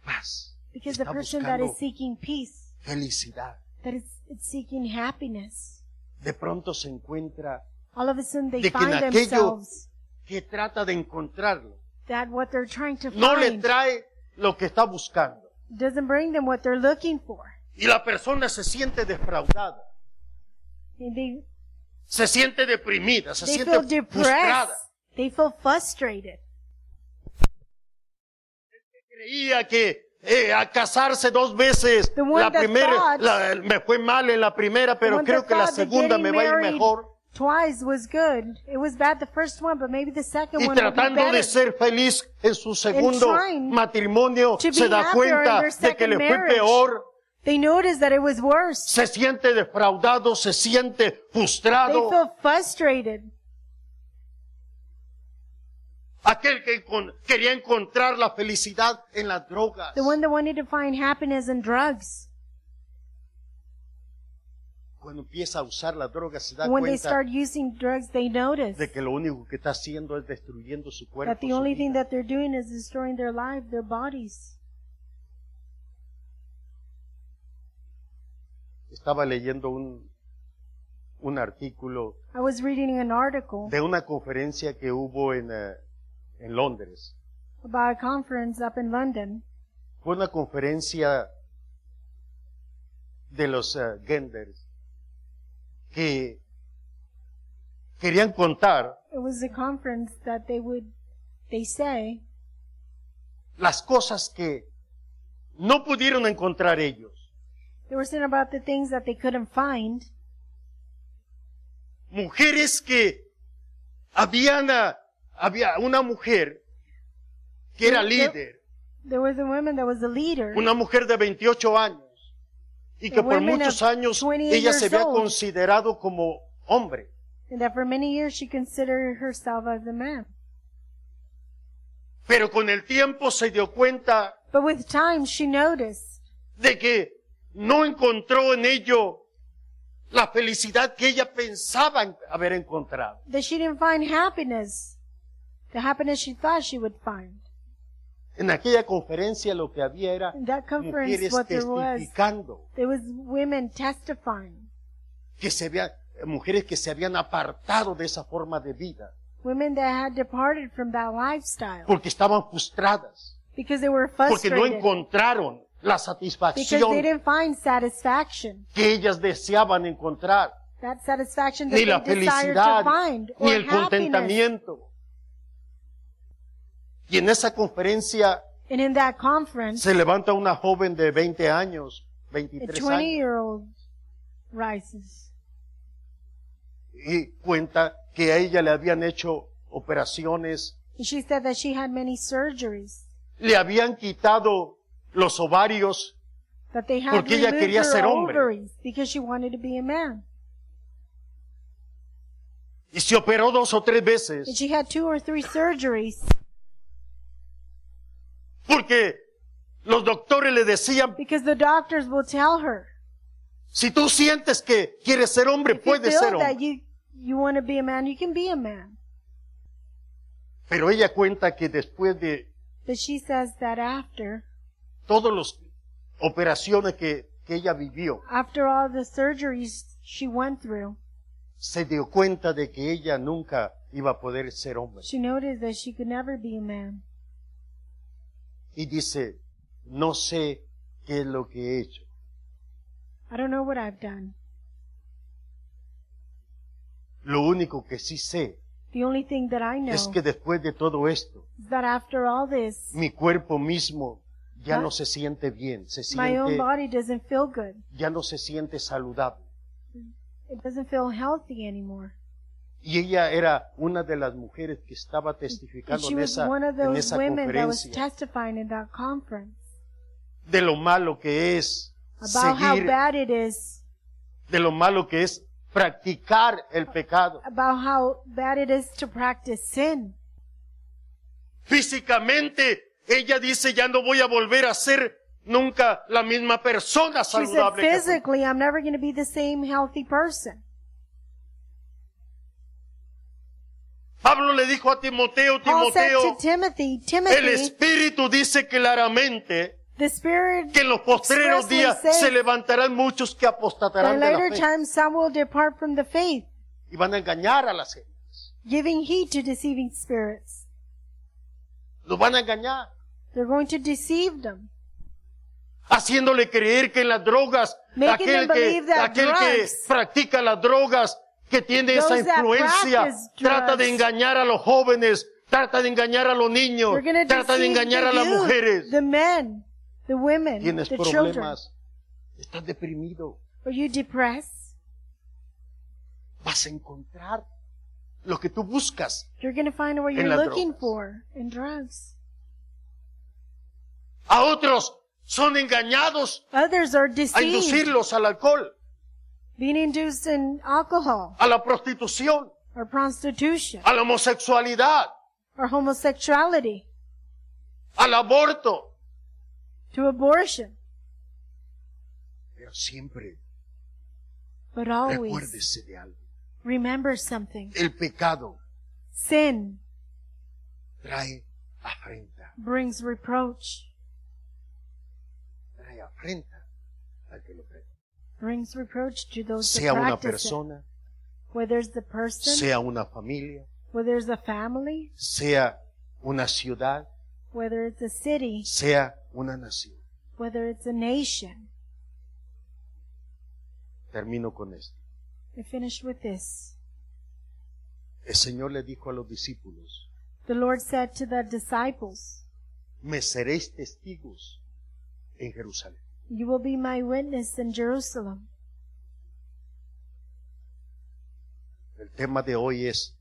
Speaker 1: paz,
Speaker 2: because the
Speaker 1: está
Speaker 2: person that
Speaker 1: buscando
Speaker 2: is seeking peace,
Speaker 1: felicidad,
Speaker 2: that is it's seeking happiness,
Speaker 1: de pronto se encuentra
Speaker 2: all of a sudden they
Speaker 1: De que en
Speaker 2: find
Speaker 1: aquello-
Speaker 2: themselves
Speaker 1: que trata de encontrarlo.
Speaker 2: that what they're trying to
Speaker 1: No le
Speaker 2: find
Speaker 1: trae lo que está buscando.
Speaker 2: doesn't bring them what they're looking for.
Speaker 1: Y la persona se siente defraudada,
Speaker 2: And they
Speaker 1: se siente deprimida, se
Speaker 2: they feel
Speaker 1: siente
Speaker 2: depressed.
Speaker 1: frustrada.
Speaker 2: They feel frustrated.
Speaker 1: creía que eh, a casarse dos veces,
Speaker 2: The one
Speaker 1: la
Speaker 2: that
Speaker 1: primera
Speaker 2: thought-
Speaker 1: la- me fue mal en la primera, pero
Speaker 2: one
Speaker 1: creo
Speaker 2: that
Speaker 1: que la
Speaker 2: thought that
Speaker 1: segunda
Speaker 2: getting
Speaker 1: me va a ir
Speaker 2: married
Speaker 1: mejor.
Speaker 2: Twice was good. It was bad the first one, but maybe the second
Speaker 1: Y
Speaker 2: one will be
Speaker 1: tratando de
Speaker 2: better.
Speaker 1: ser feliz en su segundo
Speaker 2: trying
Speaker 1: matrimonio,
Speaker 2: to be
Speaker 1: se da
Speaker 2: happier
Speaker 1: cuenta
Speaker 2: in their
Speaker 1: de que
Speaker 2: second
Speaker 1: le fue
Speaker 2: marriage.
Speaker 1: peor,
Speaker 2: They noticed that it was worse.
Speaker 1: se siente defraudado, se siente
Speaker 2: They
Speaker 1: frustrado.
Speaker 2: feel frustrated.
Speaker 1: Aquel que encon- quería encontrar la felicidad en las drogas.
Speaker 2: The one that wanted to find happiness in drugs.
Speaker 1: Cuando empieza a usar las drogas, se da
Speaker 2: When they
Speaker 1: cuenta
Speaker 2: start using drugs, they notice
Speaker 1: de que lo único que está haciendo es destruyendo su cuerpo.
Speaker 2: that the
Speaker 1: su
Speaker 2: only
Speaker 1: vida.
Speaker 2: thing that they're doing is destroying their life, their bodies.
Speaker 1: estaba leyendo un, un artículo
Speaker 2: I was reading an article
Speaker 1: de una conferencia que hubo en, eh, en Londres.
Speaker 2: about a conference up in London.
Speaker 1: Fue una conferencia de los eh, genders que querían contar
Speaker 2: It was a conference that they would, they say,
Speaker 1: las cosas que no pudieron encontrar ellos.
Speaker 2: they were saying about the things that they couldn't find.
Speaker 1: Mujeres que habían, ah, había una mujer que era líder,
Speaker 2: There was a woman that was a leader.
Speaker 1: una mujer de 28 años y que
Speaker 2: The
Speaker 1: por
Speaker 2: women
Speaker 1: muchos
Speaker 2: of
Speaker 1: años
Speaker 2: 28
Speaker 1: ella se
Speaker 2: years
Speaker 1: había
Speaker 2: old.
Speaker 1: considerado como hombre.
Speaker 2: And that for many years she considered herself as a man.
Speaker 1: Pero con el tiempo se dio cuenta
Speaker 2: But with time she noticed
Speaker 1: de que no encontró en ello la felicidad que ella pensaba en- haber encontrado.
Speaker 2: that she didn't find happiness, the happiness she thought she would find.
Speaker 1: En aquella conferencia lo que había era
Speaker 2: In that conference,
Speaker 1: mujeres
Speaker 2: what there was,
Speaker 1: testificando,
Speaker 2: there was women testifying,
Speaker 1: que se había, mujeres que se habían apartado de esa forma de vida
Speaker 2: women that had departed from that lifestyle
Speaker 1: porque estaban frustradas,
Speaker 2: because they were
Speaker 1: porque no
Speaker 2: frustrated,
Speaker 1: encontraron la
Speaker 2: because they
Speaker 1: satisfacción
Speaker 2: didn't find satisfaction,
Speaker 1: que ellas deseaban encontrar,
Speaker 2: that satisfaction
Speaker 1: ni la
Speaker 2: that they desired
Speaker 1: felicidad,
Speaker 2: to find,
Speaker 1: ni
Speaker 2: or
Speaker 1: el
Speaker 2: happiness.
Speaker 1: contentamiento. Y en esa conferencia
Speaker 2: And in that conference,
Speaker 1: se levanta una joven de 20 años,
Speaker 2: a
Speaker 1: 23 años,
Speaker 2: 20-year-old rises.
Speaker 1: y cuenta que a ella le habían hecho operaciones,
Speaker 2: And she said that she had many surgeries,
Speaker 1: le habían quitado los ovarios,
Speaker 2: that they had
Speaker 1: Porque ella
Speaker 2: removed
Speaker 1: quería
Speaker 2: her
Speaker 1: ser hombre.
Speaker 2: ovaries because she wanted to be a man.
Speaker 1: y se operó dos o tres
Speaker 2: And
Speaker 1: veces,
Speaker 2: she had two or three surgeries
Speaker 1: porque los doctores le decían,
Speaker 2: because the doctors will tell her,
Speaker 1: si tú sientes que quieres ser hombre,
Speaker 2: if you
Speaker 1: puedes ser
Speaker 2: feel that
Speaker 1: hombre.
Speaker 2: you, you want to be a man, you can be a man.
Speaker 1: Pero ella cuenta que después de
Speaker 2: But she says that after,
Speaker 1: todas las operaciones que, que ella vivió,
Speaker 2: after all the surgeries she went through,
Speaker 1: se dio cuenta de que ella nunca iba a poder ser hombre.
Speaker 2: she noticed that she could never be a man.
Speaker 1: Y dice, no sé qué es lo que he hecho.
Speaker 2: I don't know what I've done.
Speaker 1: Lo único que sí sé
Speaker 2: The only thing that I know
Speaker 1: es que después de todo esto,
Speaker 2: is that after all this,
Speaker 1: mi cuerpo mismo ya
Speaker 2: Ma-
Speaker 1: no se siente bien, se
Speaker 2: my own
Speaker 1: siente,
Speaker 2: body doesn't feel good.
Speaker 1: ya no se siente saludable.
Speaker 2: It doesn't feel healthy anymore.
Speaker 1: Y ella era una de las mujeres que estaba
Speaker 2: And
Speaker 1: testificando
Speaker 2: she
Speaker 1: en
Speaker 2: was
Speaker 1: esa,
Speaker 2: one of
Speaker 1: en
Speaker 2: those
Speaker 1: esa
Speaker 2: women that was
Speaker 1: conferencia
Speaker 2: testifying in that conference
Speaker 1: de lo malo que es
Speaker 2: about how
Speaker 1: seguir
Speaker 2: bad it is,
Speaker 1: de lo malo que es practicar el pecado.
Speaker 2: about how bad it is to practice sin.
Speaker 1: Físicamente, ella dice, ya no voy a volver a ser nunca la misma persona
Speaker 2: She said,
Speaker 1: saludable. que fue.
Speaker 2: physically, I'm never going to be the same healthy person.
Speaker 1: Pablo le dijo a Timoteo,
Speaker 2: Paul said to
Speaker 1: Timoteo,
Speaker 2: Timothy,
Speaker 1: el
Speaker 2: Timothy,
Speaker 1: Espíritu dice claramente
Speaker 2: the Spirit,
Speaker 1: que en los postreros
Speaker 2: Expressly
Speaker 1: días
Speaker 2: says-
Speaker 1: se levantarán muchos que apostatarán
Speaker 2: in
Speaker 1: de la
Speaker 2: later
Speaker 1: fe
Speaker 2: times, some will depart from the faith,
Speaker 1: y van a engañar a las gente.
Speaker 2: giving heed to deceiving spirits.
Speaker 1: Los van a engañar,
Speaker 2: They're going to deceive them.
Speaker 1: haciéndole creer que en las drogas,
Speaker 2: Making
Speaker 1: aquel
Speaker 2: them
Speaker 1: que,
Speaker 2: believe that
Speaker 1: aquel que
Speaker 2: drugs-
Speaker 1: practica las drogas, que tiene esa
Speaker 2: Those that
Speaker 1: influencia,
Speaker 2: practice
Speaker 1: trata de
Speaker 2: drugs.
Speaker 1: engañar a los jóvenes, trata de engañar a los niños,
Speaker 2: They're going to
Speaker 1: trata de
Speaker 2: deceive
Speaker 1: engañar
Speaker 2: the
Speaker 1: a las
Speaker 2: youth,
Speaker 1: mujeres.
Speaker 2: the men, the women,
Speaker 1: Tienes
Speaker 2: the children.
Speaker 1: problemas, estás deprimido,
Speaker 2: Are you depressed?
Speaker 1: vas a encontrar lo que tú buscas.
Speaker 2: You're going to find what
Speaker 1: En
Speaker 2: you're
Speaker 1: las
Speaker 2: looking
Speaker 1: drogas.
Speaker 2: for in drugs.
Speaker 1: A otros son engañados
Speaker 2: Others are
Speaker 1: a
Speaker 2: deceived,
Speaker 1: inducirlos al alcohol,
Speaker 2: being induced in alcohol
Speaker 1: a la prostitución,
Speaker 2: or prostitution
Speaker 1: a la homosexualidad,
Speaker 2: or homosexuality
Speaker 1: al aborto.
Speaker 2: to abortion.
Speaker 1: Pero siempre
Speaker 2: But always
Speaker 1: recuérdese de algo.
Speaker 2: remember something.
Speaker 1: El pecado
Speaker 2: Sin
Speaker 1: trae afrenta,
Speaker 2: brings reproach,
Speaker 1: trae afrenta al que lo practica.
Speaker 2: brings reproach to those
Speaker 1: Sea
Speaker 2: that
Speaker 1: una
Speaker 2: practice it.
Speaker 1: persona,
Speaker 2: Whether it's the person,
Speaker 1: sea una familia,
Speaker 2: whether it's a family,
Speaker 1: sea una ciudad,
Speaker 2: whether it's a city,
Speaker 1: sea una nación.
Speaker 2: whether it's a nation.
Speaker 1: Termino con esto.
Speaker 2: I finish with this.
Speaker 1: El Señor le dijo a los discípulos,
Speaker 2: The Lord said to the disciples,
Speaker 1: me seréis testigos en Jerusalén.
Speaker 2: You will be my witness in Jerusalem.
Speaker 1: El tema de hoy es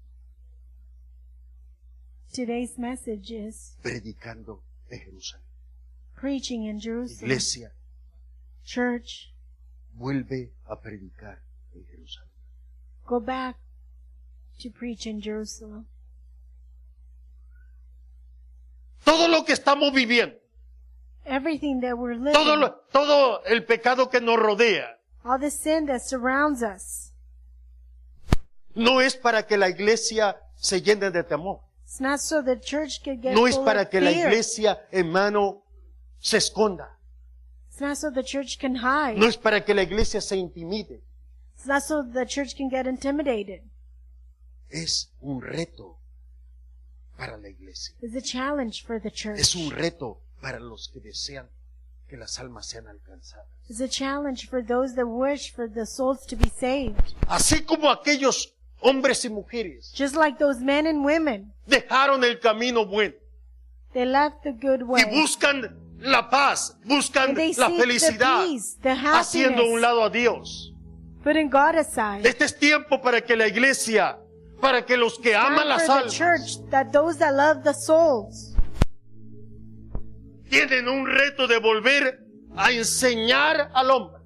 Speaker 2: Today's message is
Speaker 1: predicando en Jerusalén.
Speaker 2: preaching in Jerusalem.
Speaker 1: Iglesia,
Speaker 2: Church,
Speaker 1: vuelve a predicar en Jerusalén.
Speaker 2: go back to preach in Jerusalem.
Speaker 1: Todo lo que estamos viviendo,
Speaker 2: Everything that we're living,
Speaker 1: todo, lo- todo el pecado que nos rodea,
Speaker 2: all the sin that surrounds us,
Speaker 1: no es para que la iglesia se llene de temor.
Speaker 2: it's not so the church could get
Speaker 1: No
Speaker 2: full
Speaker 1: es para
Speaker 2: of
Speaker 1: que la
Speaker 2: fear.
Speaker 1: iglesia, hermano, se esconda.
Speaker 2: It's not so the church can hide.
Speaker 1: No es para que la iglesia se intimide.
Speaker 2: It's not so the church can get intimidated.
Speaker 1: Es un reto para la iglesia.
Speaker 2: It's a challenge for the church.
Speaker 1: Es un reto para los que desean que las almas sean alcanzadas.
Speaker 2: It's a challenge for those that wish for the souls to be saved.
Speaker 1: Así como aquellos hombres y mujeres
Speaker 2: Just like those men and women,
Speaker 1: dejaron el camino bueno
Speaker 2: they left the good way.
Speaker 1: y buscan la paz, buscan
Speaker 2: And they
Speaker 1: la
Speaker 2: seek the
Speaker 1: felicidad,
Speaker 2: peace, the happiness.
Speaker 1: haciendo a un lado a Dios.
Speaker 2: Putting God aside.
Speaker 1: Este es tiempo para que la iglesia, para que los que
Speaker 2: Time
Speaker 1: aman
Speaker 2: for
Speaker 1: las
Speaker 2: the
Speaker 1: almas,
Speaker 2: church that those that love the souls
Speaker 1: tienen un reto de volver a enseñar al hombre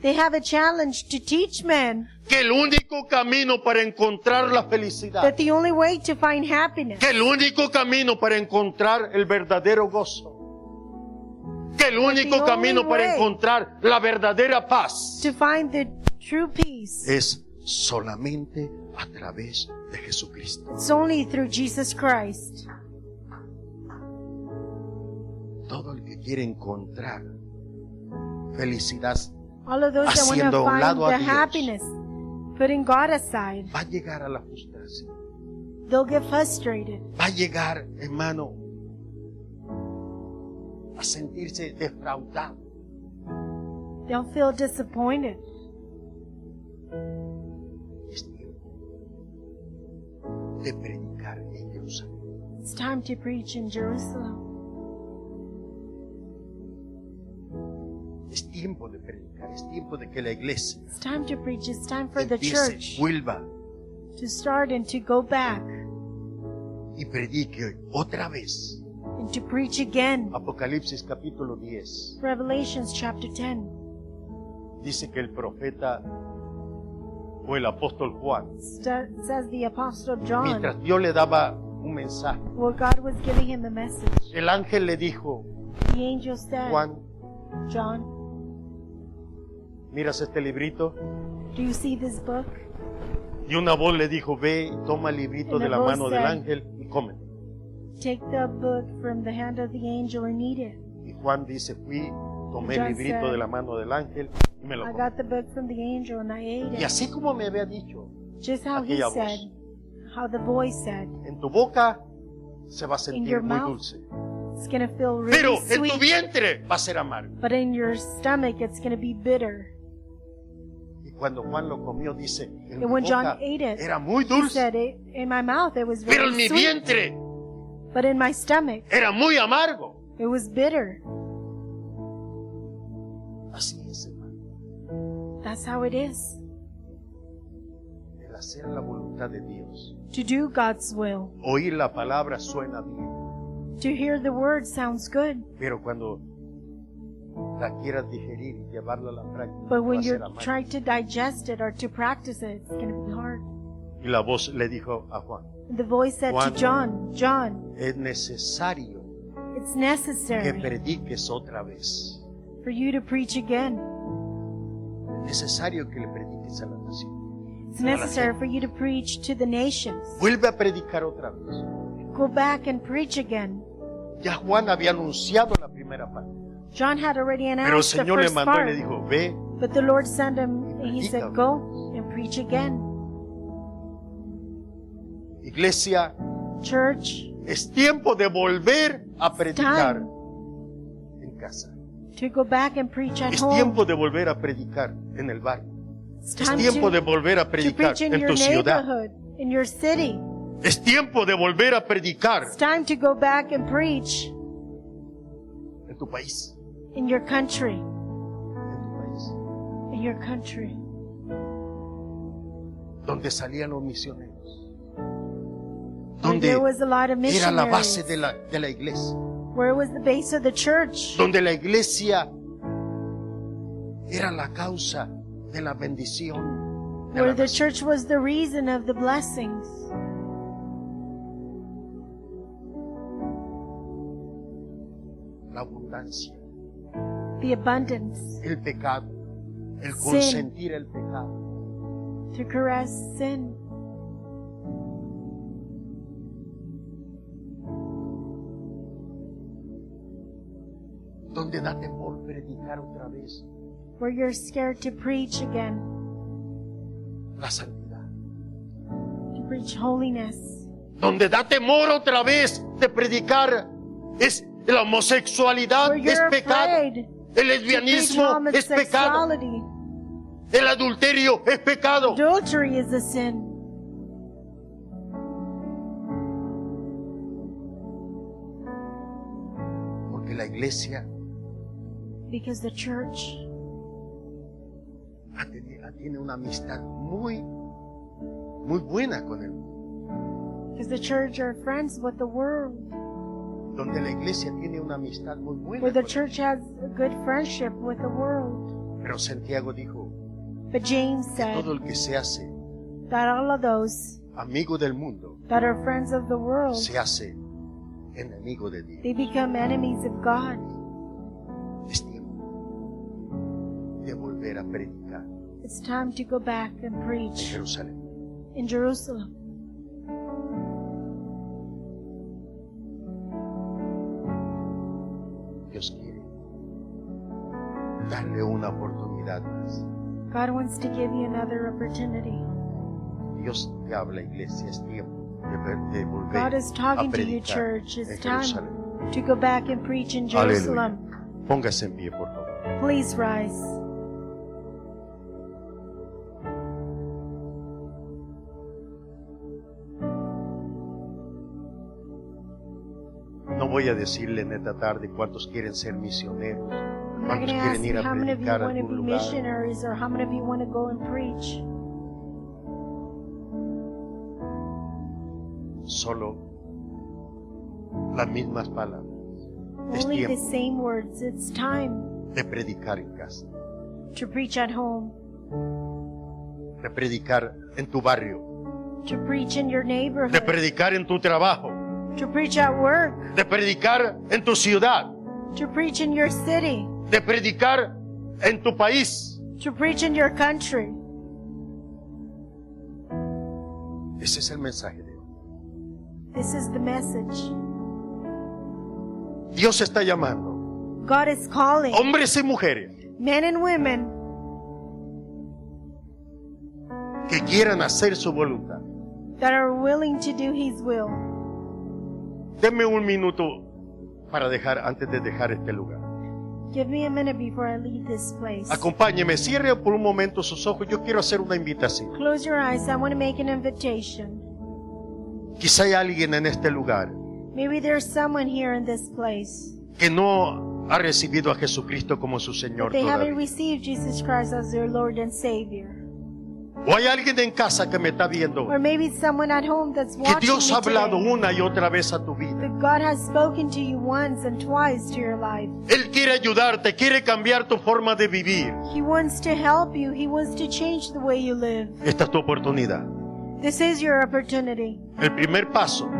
Speaker 2: they have a challenge to teach men
Speaker 1: que el único camino para encontrar la felicidad,
Speaker 2: that the only way to find happiness
Speaker 1: que el único camino para encontrar el verdadero gozo, que el único
Speaker 2: only
Speaker 1: camino para
Speaker 2: way-
Speaker 1: encontrar la verdadera paz
Speaker 2: to find the true peace
Speaker 1: es solamente a través de Jesucristo.
Speaker 2: it's only through Jesus Christ
Speaker 1: Todo el que quiere encontrar felicidad
Speaker 2: all of those that want to
Speaker 1: Haciendo a un
Speaker 2: find
Speaker 1: lado a
Speaker 2: the
Speaker 1: Dios.
Speaker 2: happiness putting God aside
Speaker 1: va a llegar a la justicia,
Speaker 2: they'll get frustrated
Speaker 1: va a llegar, hermano, a sentirse defraudado.
Speaker 2: they'll feel disappointed
Speaker 1: Es tiempo de predicar en Jerusalén.
Speaker 2: it's time to preach in Jerusalem
Speaker 1: Es tiempo de predicar, es tiempo de que la iglesia
Speaker 2: it's time to preach it's time for the
Speaker 1: empiece,
Speaker 2: church
Speaker 1: vuelva
Speaker 2: to start and to go back
Speaker 1: y predique otra vez.
Speaker 2: and to preach again
Speaker 1: Apocalipsis capítulo 10.
Speaker 2: Revelations chapter 10
Speaker 1: dice que el profeta o el apóstol Juan,
Speaker 2: st- says the apostle John
Speaker 1: mientras Dios le daba un mensaje,
Speaker 2: where God was giving him a message
Speaker 1: el ángel le dijo,
Speaker 2: the angel said
Speaker 1: Juan,
Speaker 2: John,
Speaker 1: miras este librito.
Speaker 2: do you see this book?
Speaker 1: Y una voz le dijo, ve, toma el librito
Speaker 2: And
Speaker 1: de
Speaker 2: the
Speaker 1: la
Speaker 2: voice
Speaker 1: mano del
Speaker 2: said-
Speaker 1: ángel y come.
Speaker 2: Take the book from the hand of the angel and eat it.
Speaker 1: Y Juan dice, fui, tomé el
Speaker 2: John
Speaker 1: librito
Speaker 2: said-
Speaker 1: de la mano del ángel y me lo
Speaker 2: I
Speaker 1: comí.
Speaker 2: got the book from the angel and I ate
Speaker 1: Y
Speaker 2: it.
Speaker 1: así como me había dicho,
Speaker 2: Just how he
Speaker 1: aquella voz.
Speaker 2: said, how the voice said.
Speaker 1: en tu boca se va a sentir
Speaker 2: your
Speaker 1: muy
Speaker 2: mouth,
Speaker 1: dulce.
Speaker 2: It's going to feel
Speaker 1: Pero
Speaker 2: really
Speaker 1: en tu
Speaker 2: sweet,
Speaker 1: vientre va a ser amargo.
Speaker 2: but in your stomach it's going to be bitter.
Speaker 1: Y cuando Juan lo comió, dice, en mi
Speaker 2: And when John
Speaker 1: boca
Speaker 2: ate it,
Speaker 1: era muy
Speaker 2: He
Speaker 1: dulce,
Speaker 2: said it in my mouth it was
Speaker 1: pero en
Speaker 2: very
Speaker 1: mi
Speaker 2: sweet,
Speaker 1: vientre Eh.
Speaker 2: but in my stomach
Speaker 1: era muy amargo.
Speaker 2: it was bitter.
Speaker 1: Así es, hermano.
Speaker 2: That's how it is.
Speaker 1: El hacer la voluntad de Dios.
Speaker 2: To do God's will,
Speaker 1: Oír la palabra suena bien,
Speaker 2: to hear the word sounds good,
Speaker 1: pero cuando la quieras digerir y llevarla a la práctica,
Speaker 2: but
Speaker 1: va
Speaker 2: when
Speaker 1: a ser
Speaker 2: you're
Speaker 1: amargo.
Speaker 2: trying to digest it or to practice it, it's going to be hard.
Speaker 1: Y la voz le dijo a Juan,
Speaker 2: The voice said to
Speaker 1: Juan.
Speaker 2: John, John,
Speaker 1: es necesario
Speaker 2: it's
Speaker 1: que
Speaker 2: necessary
Speaker 1: prediques otra vez.
Speaker 2: for you to preach again.
Speaker 1: Es necesario que le prediques a la nación.
Speaker 2: It's necessary for you to preach to the nations.
Speaker 1: Vuelve a predicar otra vez.
Speaker 2: Go back and preach again.
Speaker 1: Ya Juan había anunciado la primera parte.
Speaker 2: John had already
Speaker 1: Pero el
Speaker 2: announced the
Speaker 1: Señor le
Speaker 2: first
Speaker 1: mandó y le
Speaker 2: part,
Speaker 1: dijo, ve,
Speaker 2: but the Lord sent him and he
Speaker 1: Predica.
Speaker 2: said, Go and preach again.
Speaker 1: iglesia,
Speaker 2: Church,
Speaker 1: es tiempo de volver a predicar
Speaker 2: time.
Speaker 1: en casa.
Speaker 2: to go back and preach at
Speaker 1: Es
Speaker 2: home.
Speaker 1: tiempo de volver a predicar en el barrio.
Speaker 2: It's
Speaker 1: Es
Speaker 2: time
Speaker 1: tiempo de
Speaker 2: to,
Speaker 1: volver a
Speaker 2: to
Speaker 1: predicar
Speaker 2: preach in
Speaker 1: en
Speaker 2: your
Speaker 1: tu ciudad.
Speaker 2: neighborhood, in your city.
Speaker 1: Es tiempo de volver a predicar
Speaker 2: It's time to go back and preach
Speaker 1: en tu país.
Speaker 2: in your country,
Speaker 1: En tu país.
Speaker 2: in your country,
Speaker 1: Donde salían los misioneros.
Speaker 2: where
Speaker 1: Donde
Speaker 2: there was a lot of
Speaker 1: era la base
Speaker 2: missionaries,
Speaker 1: de la, de la iglesia.
Speaker 2: where it was the base of the church,
Speaker 1: Donde la iglesia era la causa de la bendición. de
Speaker 2: where
Speaker 1: la
Speaker 2: the
Speaker 1: nación.
Speaker 2: church was the reason of the blessings.
Speaker 1: la abundancia,
Speaker 2: The abundance
Speaker 1: el pecado, el
Speaker 2: Sin.
Speaker 1: consentir el pecado.
Speaker 2: to caress sin.
Speaker 1: Donde date por predicar otra vez
Speaker 2: where you're scared to preach again,
Speaker 1: la santidad.
Speaker 2: to preach holiness,
Speaker 1: Donde da temor otra vez de predicar es la homosexualidad
Speaker 2: where
Speaker 1: es
Speaker 2: you're
Speaker 1: pecado,
Speaker 2: afraid
Speaker 1: el
Speaker 2: to preach
Speaker 1: lesbianismo es pecado,
Speaker 2: homosexuality.
Speaker 1: el adulterio es pecado.
Speaker 2: Adultery is a sin.
Speaker 1: Porque la iglesia
Speaker 2: Because the church
Speaker 1: ha teni- ha- tiene una amistad muy, muy buena con él.
Speaker 2: because the church are friends with the world.
Speaker 1: Donde la iglesia tiene una amistad muy buena.
Speaker 2: Where the
Speaker 1: con el-
Speaker 2: church has a good friendship with the world.
Speaker 1: Pero Santiago dijo
Speaker 2: But James
Speaker 1: que todo
Speaker 2: said
Speaker 1: el que se hace
Speaker 2: that all of those
Speaker 1: amigo del mundo
Speaker 2: that are friends of the world,
Speaker 1: se hace enemigo de Dios.
Speaker 2: they become enemies of God.
Speaker 1: Es tiempo de volver a predicar en
Speaker 2: It's time to go back and preach
Speaker 1: Jerusalén.
Speaker 2: in Jerusalem.
Speaker 1: Dios quiere darle una oportunidad más.
Speaker 2: God wants to give you another opportunity.
Speaker 1: Dios te habla, iglesia. Es tiempo de, ver- de
Speaker 2: God
Speaker 1: volver
Speaker 2: is
Speaker 1: a
Speaker 2: talking to you,
Speaker 1: predicar
Speaker 2: church.
Speaker 1: en
Speaker 2: It's time
Speaker 1: Jerusalén.
Speaker 2: to go back and preach in
Speaker 1: Aleluya.
Speaker 2: Jerusalem.
Speaker 1: Póngase en pie, por favor.
Speaker 2: Please rise.
Speaker 1: No voy a decirle en esta tarde cuántos quieren ser misioneros,
Speaker 2: I'm not
Speaker 1: cuántos
Speaker 2: going to ask
Speaker 1: quieren ir
Speaker 2: you
Speaker 1: a
Speaker 2: how many of you
Speaker 1: predicar a
Speaker 2: want to
Speaker 1: algún
Speaker 2: be
Speaker 1: lugar.
Speaker 2: missionaries or how many of you want to go and preach.
Speaker 1: Solo las mismas palabras Es
Speaker 2: Only the
Speaker 1: tiempo.
Speaker 2: same words. It's time
Speaker 1: de predicar en casa,
Speaker 2: to preach at home,
Speaker 1: de predicar en tu barrio,
Speaker 2: to preach in your
Speaker 1: de
Speaker 2: neighborhood,
Speaker 1: predicar en tu trabajo,
Speaker 2: to preach at work,
Speaker 1: de predicar en tu ciudad,
Speaker 2: to preach in your city,
Speaker 1: de predicar en tu país.
Speaker 2: to preach in your country.
Speaker 1: Ese es el mensaje de hoy.
Speaker 2: This is the message.
Speaker 1: Dios está llamando
Speaker 2: God is calling
Speaker 1: hombres y mujeres
Speaker 2: men and women
Speaker 1: que quieran hacer su voluntad.
Speaker 2: that are willing to do His will.
Speaker 1: Deme un minuto para dejar, antes de dejar este lugar.
Speaker 2: Give me a minute before I leave this place.
Speaker 1: Acompáñeme, cierre por un momento sus ojos. Yo quiero hacer una invitación.
Speaker 2: Close your eyes. I want to make an invitation.
Speaker 1: Quizá hay alguien en este lugar
Speaker 2: Maybe there's someone here in this place.
Speaker 1: que no ha recibido a Jesucristo como su
Speaker 2: But
Speaker 1: Señor
Speaker 2: they haven't
Speaker 1: todavía.
Speaker 2: received Jesus Christ as their Lord and Savior.
Speaker 1: O hay alguien en casa que me está viendo
Speaker 2: Or maybe it's someone at home that's
Speaker 1: que
Speaker 2: watching
Speaker 1: Dios
Speaker 2: me
Speaker 1: ha hablado
Speaker 2: today.
Speaker 1: una y otra vez a tu vida.
Speaker 2: That God has spoken to you once and twice to your life.
Speaker 1: Él quiere ayudarte, quiere cambiar tu forma de vivir.
Speaker 2: He wants to help you. He wants to change the way you live.
Speaker 1: Esta es tu oportunidad.
Speaker 2: This is your opportunity.
Speaker 1: El primer paso,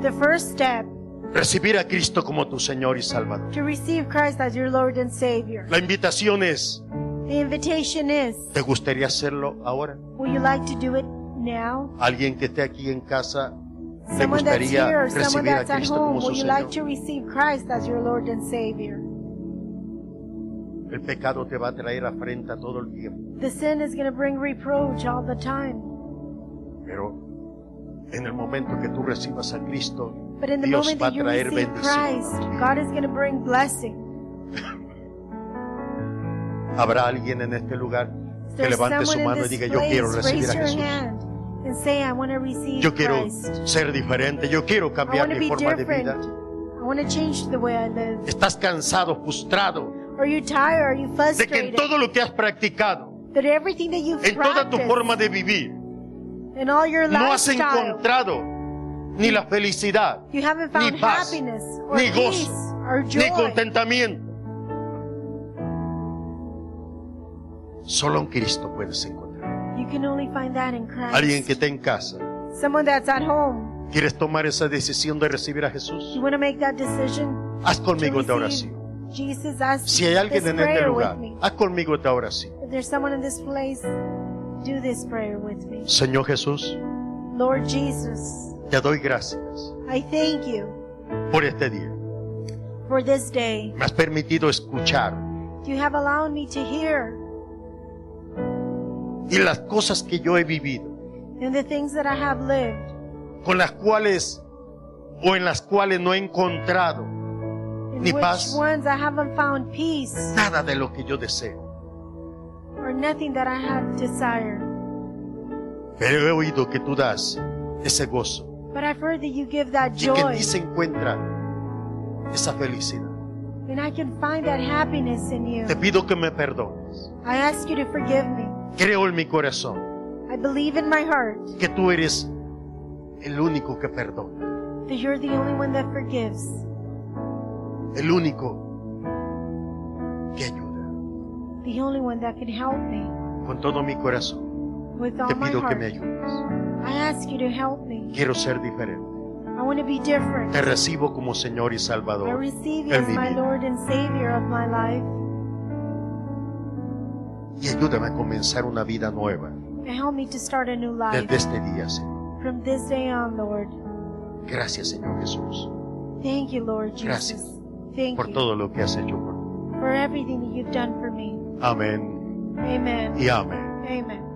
Speaker 2: The first step
Speaker 1: recibir a Cristo como tu Señor y Salvador.
Speaker 2: to receive Christ as your Lord and Savior.
Speaker 1: La invitación es,
Speaker 2: The invitation is,
Speaker 1: ¿te gustaría hacerlo ahora?
Speaker 2: would you like to do it now?
Speaker 1: Alguien que esté aquí en casa, ¿le
Speaker 2: Someone that's
Speaker 1: gustaría
Speaker 2: here or someone
Speaker 1: recibir a
Speaker 2: that's at
Speaker 1: Cristo
Speaker 2: home,
Speaker 1: como su
Speaker 2: would you like
Speaker 1: Señor?
Speaker 2: to receive Christ as your Lord and Savior?
Speaker 1: El pecado te va a traer afrenta todo el tiempo,
Speaker 2: The sin is going to bring reproach all the time.
Speaker 1: pero en el momento que tú recibas a Cristo,
Speaker 2: But in the
Speaker 1: Dios
Speaker 2: moment
Speaker 1: va a
Speaker 2: that you
Speaker 1: traer
Speaker 2: receive Christ,
Speaker 1: bendición.
Speaker 2: God is going to bring blessing.
Speaker 1: Habrá alguien en este lugar
Speaker 2: If
Speaker 1: que
Speaker 2: There's
Speaker 1: levante su
Speaker 2: someone
Speaker 1: mano
Speaker 2: in
Speaker 1: y
Speaker 2: this
Speaker 1: diga, yo quiero
Speaker 2: place,
Speaker 1: recibir
Speaker 2: raise
Speaker 1: a
Speaker 2: your
Speaker 1: Jesús.
Speaker 2: hand and say, I want to receive
Speaker 1: Yo quiero
Speaker 2: Christ.
Speaker 1: ser diferente, yo quiero
Speaker 2: I
Speaker 1: cambiar
Speaker 2: want to
Speaker 1: mi
Speaker 2: be
Speaker 1: forma de
Speaker 2: different.
Speaker 1: vida.
Speaker 2: I want to change the way I live.
Speaker 1: Estás cansado, frustrado
Speaker 2: Are you tired? Are you
Speaker 1: de que en
Speaker 2: frustrated?
Speaker 1: todo lo que has practicado,
Speaker 2: That everything that you've
Speaker 1: en toda tu forma
Speaker 2: practiced
Speaker 1: de vivir,
Speaker 2: and all your
Speaker 1: no has
Speaker 2: lifestyle,
Speaker 1: encontrado ni la felicidad,
Speaker 2: you haven't
Speaker 1: ni
Speaker 2: found
Speaker 1: paz,
Speaker 2: happiness or
Speaker 1: ni gozo,
Speaker 2: peace or
Speaker 1: ni
Speaker 2: joy.
Speaker 1: contentamiento. Solo en Cristo puedes encontrar.
Speaker 2: You can only find that in
Speaker 1: Alguien que
Speaker 2: Christ.
Speaker 1: está en casa,
Speaker 2: Someone that's at home.
Speaker 1: ¿quieres tomar esa decisión de recibir a
Speaker 2: You
Speaker 1: Jesús?
Speaker 2: want to make that decision?
Speaker 1: Haz
Speaker 2: to
Speaker 1: conmigo esta
Speaker 2: receive
Speaker 1: oración.
Speaker 2: Jesus as
Speaker 1: Si hay alguien
Speaker 2: this
Speaker 1: en este
Speaker 2: prayer
Speaker 1: lugar,
Speaker 2: with me.
Speaker 1: haz conmigo esta oración.
Speaker 2: If there's someone in this place, do this prayer with me.
Speaker 1: Señor Jesús,
Speaker 2: Lord Jesus,
Speaker 1: te doy gracias
Speaker 2: I thank you
Speaker 1: por este día.
Speaker 2: for this day.
Speaker 1: Me has permitido escuchar
Speaker 2: You have allowed me to hear
Speaker 1: y las cosas que yo he vivido,
Speaker 2: and the things that I have lived
Speaker 1: con las cuales o en las cuales no he encontrado
Speaker 2: in
Speaker 1: Ni
Speaker 2: which
Speaker 1: paz.
Speaker 2: ones I haven't found peace
Speaker 1: nada de lo que yo deseo.
Speaker 2: or nothing that I have desired.
Speaker 1: Pero he oído que tú das ese gozo
Speaker 2: But I've heard that you give that
Speaker 1: y que en
Speaker 2: joy
Speaker 1: ti se encuentra esa felicidad.
Speaker 2: and I can find that happiness in you.
Speaker 1: Te pido que me perdones.
Speaker 2: I ask you to forgive me.
Speaker 1: Creo en mi corazón
Speaker 2: I believe in my heart
Speaker 1: que tú eres el único que perdona,
Speaker 2: that you're the only one that forgives,
Speaker 1: el único que ayuda.
Speaker 2: the only one that can help me
Speaker 1: Con todo mi corazón
Speaker 2: with all
Speaker 1: te
Speaker 2: my
Speaker 1: pido que me
Speaker 2: heart.
Speaker 1: ayudes.
Speaker 2: I ask you to help me.
Speaker 1: Quiero ser diferente.
Speaker 2: I want to be different.
Speaker 1: Te recibo como Señor y
Speaker 2: I
Speaker 1: Salvador.
Speaker 2: receive you
Speaker 1: en
Speaker 2: as
Speaker 1: mi
Speaker 2: my
Speaker 1: vida.
Speaker 2: Lord and Savior of my life.
Speaker 1: y ayúdame a comenzar una vida nueva
Speaker 2: And help me to start a new life
Speaker 1: desde este día, Señor.
Speaker 2: from this day on, Lord.
Speaker 1: Gracias, Señor Jesús,
Speaker 2: Thank you, Lord Jesus.
Speaker 1: Gracias
Speaker 2: Thank
Speaker 1: por
Speaker 2: you
Speaker 1: todo lo que has hecho por mí.
Speaker 2: for everything that you've done for me.
Speaker 1: Amén
Speaker 2: Amen.
Speaker 1: y amén.
Speaker 2: Amen.